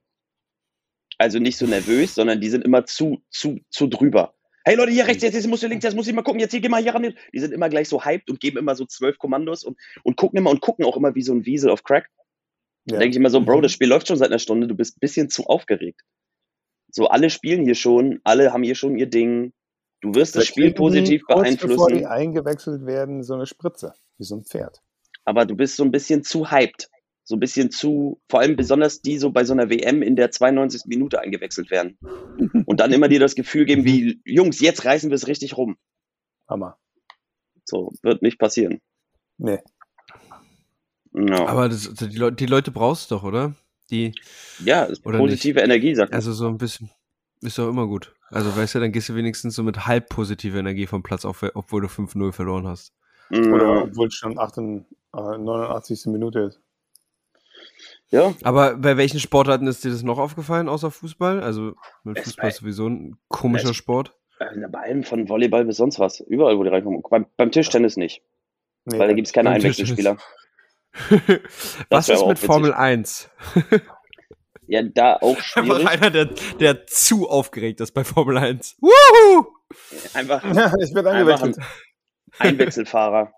S5: Also nicht so nervös, sondern die sind immer zu, zu, zu drüber. Hey Leute, hier rechts, jetzt, jetzt musst du links, jetzt muss ich mal gucken, jetzt hier, geh mal hier ran. Die sind immer gleich so hyped und geben immer so zwölf Kommandos und, und gucken immer und gucken auch immer wie so ein Wiesel auf Crack.
S3: Ja. Mhm.
S5: Da denke ich immer so, Bro, das Spiel läuft schon seit einer Stunde, du bist ein bisschen zu aufgeregt. So, alle spielen hier schon, alle haben hier schon ihr Ding. Du wirst das
S3: Da
S5: Spiel
S3: kriegen die
S5: positiv
S3: kurz Bevor
S5: beeinflussen,
S3: die eingewechselt werden, so eine Spritze, wie so ein Pferd.
S5: aber du bist so ein bisschen zu hyped. So ein bisschen zu, vor allem besonders die so bei so einer WM in der 92. Minute eingewechselt werden. Und dann immer dir das Gefühl geben, wie, Jungs, jetzt reißen wir es richtig rum.
S3: Hammer.
S5: So, wird nicht passieren.
S3: Nee.
S5: Ja,
S4: Aber das, also die, Leute, die Leute brauchst du doch, oder? Die,
S5: ja ist
S4: Oder
S5: positive Energie, sagt man.
S4: also so ein bisschen, ist doch immer gut. Also weißt du, dann gehst du wenigstens so mit halb positiver Energie vom Platz auf, obwohl du 5-0 verloren hast.
S3: Oder
S5: Ja,
S3: obwohl es schon 88, äh, 89. Minute ist.
S5: ja,
S4: Aber bei welchen Sportarten ist dir das noch aufgefallen, außer Fußball? Also mit
S5: Es
S4: Fußball
S5: bei-
S4: ist sowieso ein komischer
S5: es-
S4: Sport.
S5: äh, bei allem von Volleyball bis sonst was. Überall, wo die reinkommen. Beim, beim Tischtennis nicht.
S3: Nee,
S5: Weil da gibt es keine
S4: Beim Tischtennis.
S5: Einwechselspieler.
S4: Was
S5: wär
S4: ist
S5: aber
S4: mit
S5: auch witzig.
S4: Formel 1?
S5: Ja, da auch
S4: Einfach
S5: schwierig.
S4: einer, der, der zu aufgeregt ist bei Formel 1. Woohoo!
S5: Einfach
S3: ja, ich werde
S5: Einfach
S3: eingewechselt.
S5: Einwechselfahrer.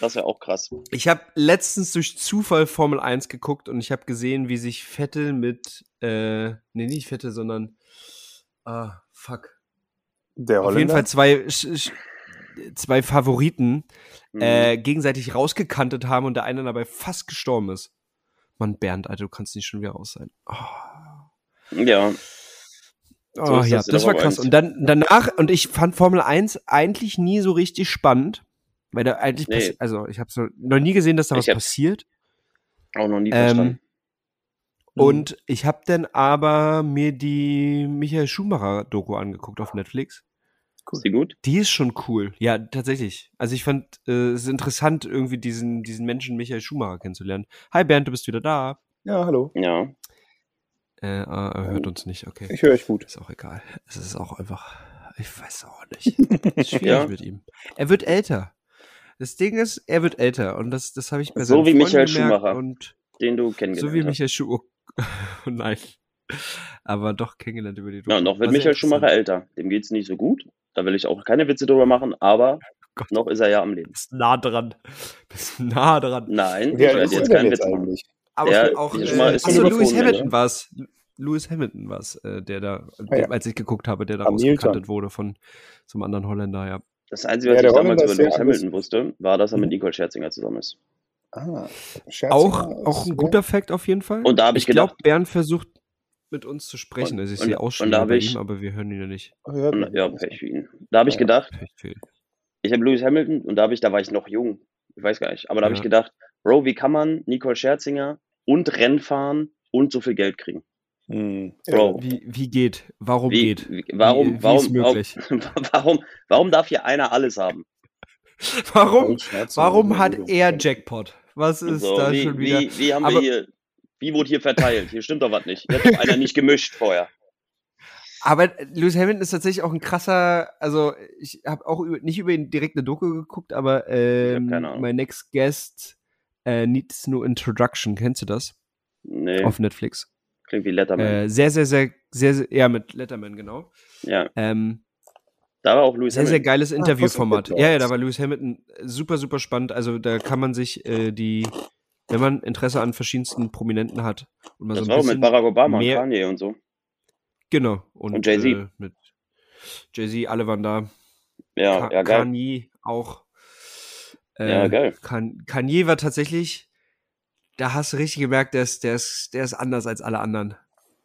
S5: Das wäre auch krass.
S4: Ich habe letztens durch Zufall Formel 1 geguckt und ich habe gesehen, wie sich Vettel mit, äh, nee, nicht Vettel, sondern, ah, fuck.
S3: Der
S4: Auf jeden
S3: Holländer.
S4: Fall zwei, sch- sch- zwei Favoriten
S5: Mhm.
S4: äh, gegenseitig rausgekantet haben und der eine dabei fast gestorben ist. Mann, Bernd, Alter, du kannst nicht schon wieder raus sein. Oh,
S5: Hm. ja,
S4: oh
S5: ist
S4: ja,
S5: das
S4: das
S5: in der
S4: war
S5: Formel
S4: krass.
S5: 1.
S4: Und dann danach, und ich fand Formel 1 eigentlich nie so richtig spannend, weil da eigentlich,
S5: Nee.
S4: passi- also ich habe noch nie gesehen, dass da
S5: Ich
S4: was
S5: hab-
S4: passiert.
S5: auch noch nie
S4: Ähm,
S5: verstanden. Mhm.
S4: Und ich habe dann aber mir die Michael Schumacher-Doku angeguckt auf Netflix.
S5: Ist die gut?
S4: Die ist schon cool. Ja, tatsächlich. Also ich fand äh, es ist interessant, irgendwie diesen, diesen Menschen Michael Schumacher kennenzulernen. Hi Bernd, du bist wieder da.
S3: Ja, hallo.
S5: Ja.
S4: Äh, ah, er hört uns nicht, okay.
S3: Ich höre euch gut.
S4: Ist auch egal. Es ist auch einfach, ich weiß auch nicht. Ist schwierig
S5: Ja.
S4: mit ihm. Er wird älter. Das Ding ist, er wird älter. Und das, das habe ich bei
S5: So
S4: seinen
S5: wie
S4: Freunden
S5: Michael
S4: gemerkt
S5: Schumacher.
S4: Und
S5: Den du kennengelernt
S4: So wie
S5: hast.
S4: Michael Schumacher. Oh, nein. Aber doch kennengelernt über die Doku.
S5: Ja, noch wird
S4: War sehr
S5: Michael Schumacher
S4: interessant.
S5: älter. Dem geht's nicht so gut. Da will ich auch keine Witze drüber machen, aber
S4: Oh Gott.
S5: noch ist er ja am Leben.
S4: Bist nah dran. Bist nah dran.
S5: Nein,
S3: Wie
S5: ich
S3: alt
S5: werde
S3: ist er
S5: jetzt
S3: denn
S5: keinen
S3: jetzt
S5: Witz machen.
S3: eigentlich?
S4: Aber
S5: Ja,
S4: auch.
S5: ist
S4: Äh,
S5: mal- ist
S4: achso,
S5: schon
S4: Lewis
S5: überflogen, ne?
S4: Hamilton war es. Lewis Hamilton war es, äh, der da,
S3: Ah, ja.
S4: als ich geguckt habe, der da
S6: Hamilton.
S4: rausgekantet wurde von so einem anderen Holländer, ja.
S5: Das Einzige,
S6: Ja,
S5: was
S6: der
S5: ich damals
S6: Holländer
S5: über
S6: ist ja
S5: Lewis
S6: alles-
S5: Hamilton wusste, war, dass er
S3: Mhm.
S5: mit Nicole Scherzinger zusammen ist.
S6: Ah, Scherzinger
S4: Auch,
S3: genau,
S6: ist-
S4: auch ein
S6: ja.
S4: guter Fact auf jeden Fall.
S5: Und da habe ich
S4: glaube,
S5: gedacht,
S4: Bernd versucht mit uns zu sprechen. also ich
S5: und-
S4: sehe
S5: und
S4: Ausschläge
S5: da hab
S4: bei
S5: ich-
S4: ihm, aber wir hören ihn ja nicht.
S6: Hört
S5: und,
S6: man.
S4: ähm,
S5: ja, Pech für ihn. Da habe ich
S6: Ja.
S5: gedacht,
S4: Pech für ihn.
S5: ich habe Lewis Hamilton und da habe ich, da war ich noch jung. Ich weiß gar nicht. Aber da habe
S4: Ja.
S5: ich gedacht, Bro, wie kann man Nicole Scherzinger und Rennfahren und so viel Geld kriegen?
S6: Hm.
S5: Bro.
S4: Wie, wie geht? Warum
S5: Oh. Wie,
S4: geht?
S5: wie, warum,
S4: wie
S5: warum,
S4: ist
S5: warum,
S4: möglich?
S5: warum, warum darf hier einer alles haben?
S4: Warum,
S6: Scherzinger,
S4: warum hat
S6: Entschuldigung.
S4: er Jackpot? Was ist
S5: So,
S4: da
S5: wie,
S4: schon wieder?
S5: Wie, wie haben wir
S4: Aber-
S5: hier, wie wurde hier verteilt? Hier stimmt doch was nicht. Hier hat doch einer nicht gemischt vorher.
S4: Aber Lewis Hamilton ist tatsächlich auch ein krasser, also ich habe auch über, nicht über ihn direkt eine Doku geguckt, aber ähm,
S5: keine Ahnung.
S4: My Next Guest äh, Needs No Introduction, kennst du das?
S5: Nee,
S4: Auf Netflix.
S5: klingt wie Letterman.
S4: Äh, sehr, sehr, sehr, sehr, sehr, ja, mit Letterman, genau.
S5: ja,
S4: Ähm,
S5: da war auch Louis
S4: sehr, sehr
S5: Hamilton.
S4: geiles
S6: Ah,
S4: Interviewformat.
S6: Fußball-
S4: Ja, ja, da war Lewis Hamilton super, super spannend. Also da kann man sich äh, die, wenn man Interesse an verschiedensten Prominenten hat und man
S5: das
S4: so
S5: war
S4: ein
S5: auch mit
S4: bisschen,
S5: Barack Obama,
S4: mehr-
S5: Kanye und so.
S4: genau und,
S5: und Jay-Z.
S4: äh, mit Jay-Z, alle waren da.
S5: Ja,
S4: Ka-
S5: ja, geil.
S4: Kanye auch. äh,
S5: Ja, geil.
S4: Kan Kanye war tatsächlich, da hast du richtig gemerkt, der ist, der ist, der ist anders als alle anderen.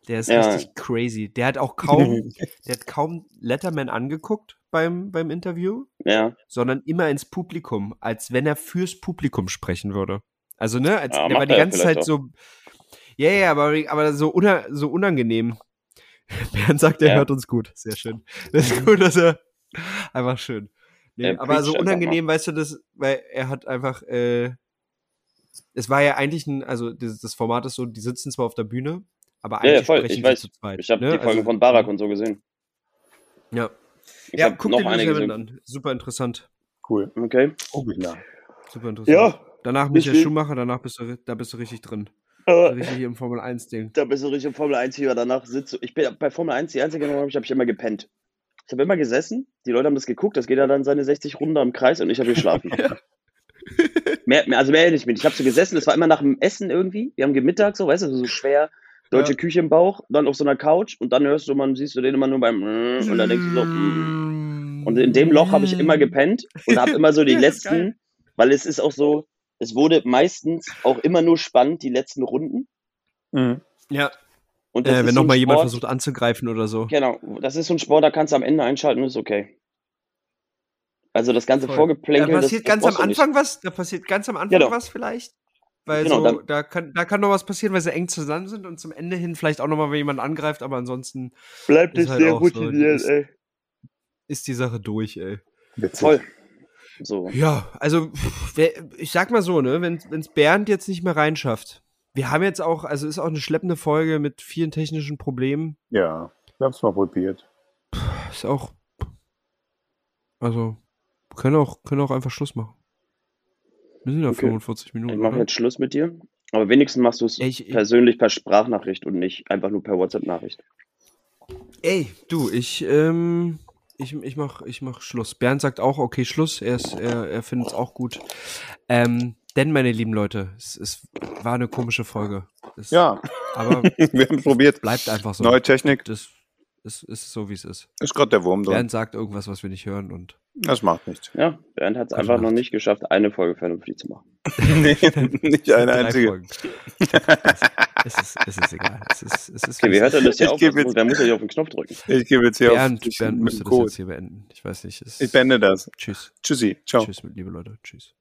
S4: Der ist
S5: Ja.
S4: richtig crazy. Der hat auch kaum, der hat kaum Letterman angeguckt beim, beim Interview,
S5: Ja,
S4: sondern immer ins Publikum, als wenn er fürs Publikum sprechen würde. Also, ne, als,
S5: Ja,
S4: der war
S5: macht
S4: die
S5: er ja
S4: ganze Zeit
S5: vielleicht auch.
S4: so, ja, ja, aber, aber so, una, so unangenehm. Bernd sagt, er
S5: Ja.
S4: hört uns gut. Sehr schön. Das ist gut, dass er, einfach schön. Nee,
S5: Er
S4: aber so
S5: preacht einfach
S4: unangenehm, weißt du, das, weil er hat einfach, äh, es war ja eigentlich ein, also das, das Format ist so, die sitzen zwar auf der Bühne, aber
S5: Ja, ja,
S4: eigentlich
S5: voll,
S4: sprechen
S5: ich
S4: sie
S5: weiß.
S4: zu zweit.
S5: ich habe
S4: ne?
S5: die Folge
S4: Also-
S5: von Barack und so gesehen.
S4: Ja,
S5: Ich
S4: ja
S5: hab
S4: guck dir Lewis Hamilton an. Super interessant.
S6: Cool.
S5: Okay.
S6: Oh, ja.
S4: Super interessant.
S5: Ja,
S4: Danach Michael
S5: will-
S4: Schumacher, danach bist du, da bist du richtig drin.
S5: äh,
S4: Richtig hier im Formel 1-Ding.
S5: da bist du richtig im Formel 1 Fieber. Danach sitze ich bin bei Formel 1 die einzige Nummer, ich habe ich immer gepennt. Ich habe immer gesessen, die Leute haben das geguckt, das geht ja dann seine 60 Runden am Kreis und ich habe geschlafen. mehr, mehr, also mehr nicht mit. Ich habe so gesessen, es war immer nach dem Essen irgendwie. Wir haben gemittag so, weißt du, so schwer deutsche
S4: Ja.
S5: Küche im Bauch, dann auf so einer Couch und dann hörst du, man siehst du den immer nur beim und dann denkst du so mm. Und in dem Loch habe ich immer gepennt und habe immer so die
S4: Ja, ist
S5: letzten, weil es ist auch so, es wurde meistens auch immer nur spannend, die letzten Runden.
S4: Hm.
S6: Mhm.
S4: Ja,
S5: Und das
S4: äh,
S5: ist
S4: wenn
S5: so ein
S4: nochmal jemand
S5: Sport-
S4: versucht anzugreifen oder so.
S5: Genau, das ist so ein Sport, da kannst du am Ende einschalten und ist okay. Also das ganze
S4: Voll. Da
S5: Vorgeplänkel.
S4: passiert
S5: das, das
S4: ganz am
S5: brauchst du nicht.
S4: Anfang was, da passiert ganz am Anfang
S5: Genau.
S4: was vielleicht. Weil so,
S5: Genau, da-
S4: da, kann, da kann noch was passieren, weil sie eng zusammen sind und zum Ende hin vielleicht auch nochmal, wenn jemand angreift, aber ansonsten
S5: Bleibt
S4: Ist
S5: es
S4: halt
S5: sehr
S4: auch so, die
S5: routiniert,
S4: ist-
S5: ey.
S4: ist die Sache durch, ey.
S6: Witzig.
S5: Voll. So.
S4: Ja, also pff, wer, ich sag mal so, ne, wenn es Bernd jetzt nicht mehr reinschafft. Wir haben jetzt auch, also ist auch eine schleppende Folge mit vielen technischen Problemen.
S6: Ja, wir haben es mal probiert.
S4: Ist auch. Also, können auch, können auch einfach Schluss machen. Wir sind ja
S5: Okay.
S4: 45
S5: Ich
S4: Minuten.
S5: mache
S4: oder?
S5: jetzt Schluss mit dir. Aber wenigstens machst du es
S4: Ja, ich- ich-
S5: persönlich per Sprachnachricht und nicht einfach nur per WhatsApp-Nachricht.
S4: Ey, du, ich, ähm, ich, ich, mach, ich mach Schluss. Bernd sagt auch, okay, Schluss. Er, ist- er, er findet es auch gut. Ähm, denn, meine lieben Leute, es, es war eine komische Folge. Es,
S6: Ja,
S4: Aber
S6: wir haben probiert.
S4: bleibt einfach so.
S3: Neue Technik
S4: Das es ist so, wie es ist.
S3: ist gerade der Wurm drin.
S4: Bernd sagt irgendwas, was wir nicht hören und
S3: Das macht nichts.
S5: Ja, Bernd hat es
S4: Gute
S5: einfach noch
S4: Nacht.
S5: nicht geschafft, eine Folge vernünftig zu machen.
S3: Nee, nicht eine
S4: drei
S3: einzige.
S4: Folgen. es, ist, es ist egal. Es ist, es ist,
S5: Okay, wir hört er das ja
S3: Ich
S5: auch.
S3: geb jetzt-
S5: Da muss er nicht auf den Knopf drücken.
S3: Ich gebe jetzt hier
S4: Bernd,
S3: auf. ich-
S4: Bernd
S3: mit
S4: müsste
S3: dem
S4: das
S3: Code.
S4: jetzt hier beenden. Ich weiß nicht. Es,
S3: Ich beende das.
S4: Tschüss.
S3: Tschüssi. Ciao.
S4: Tschüss, liebe Leute. Tschüss.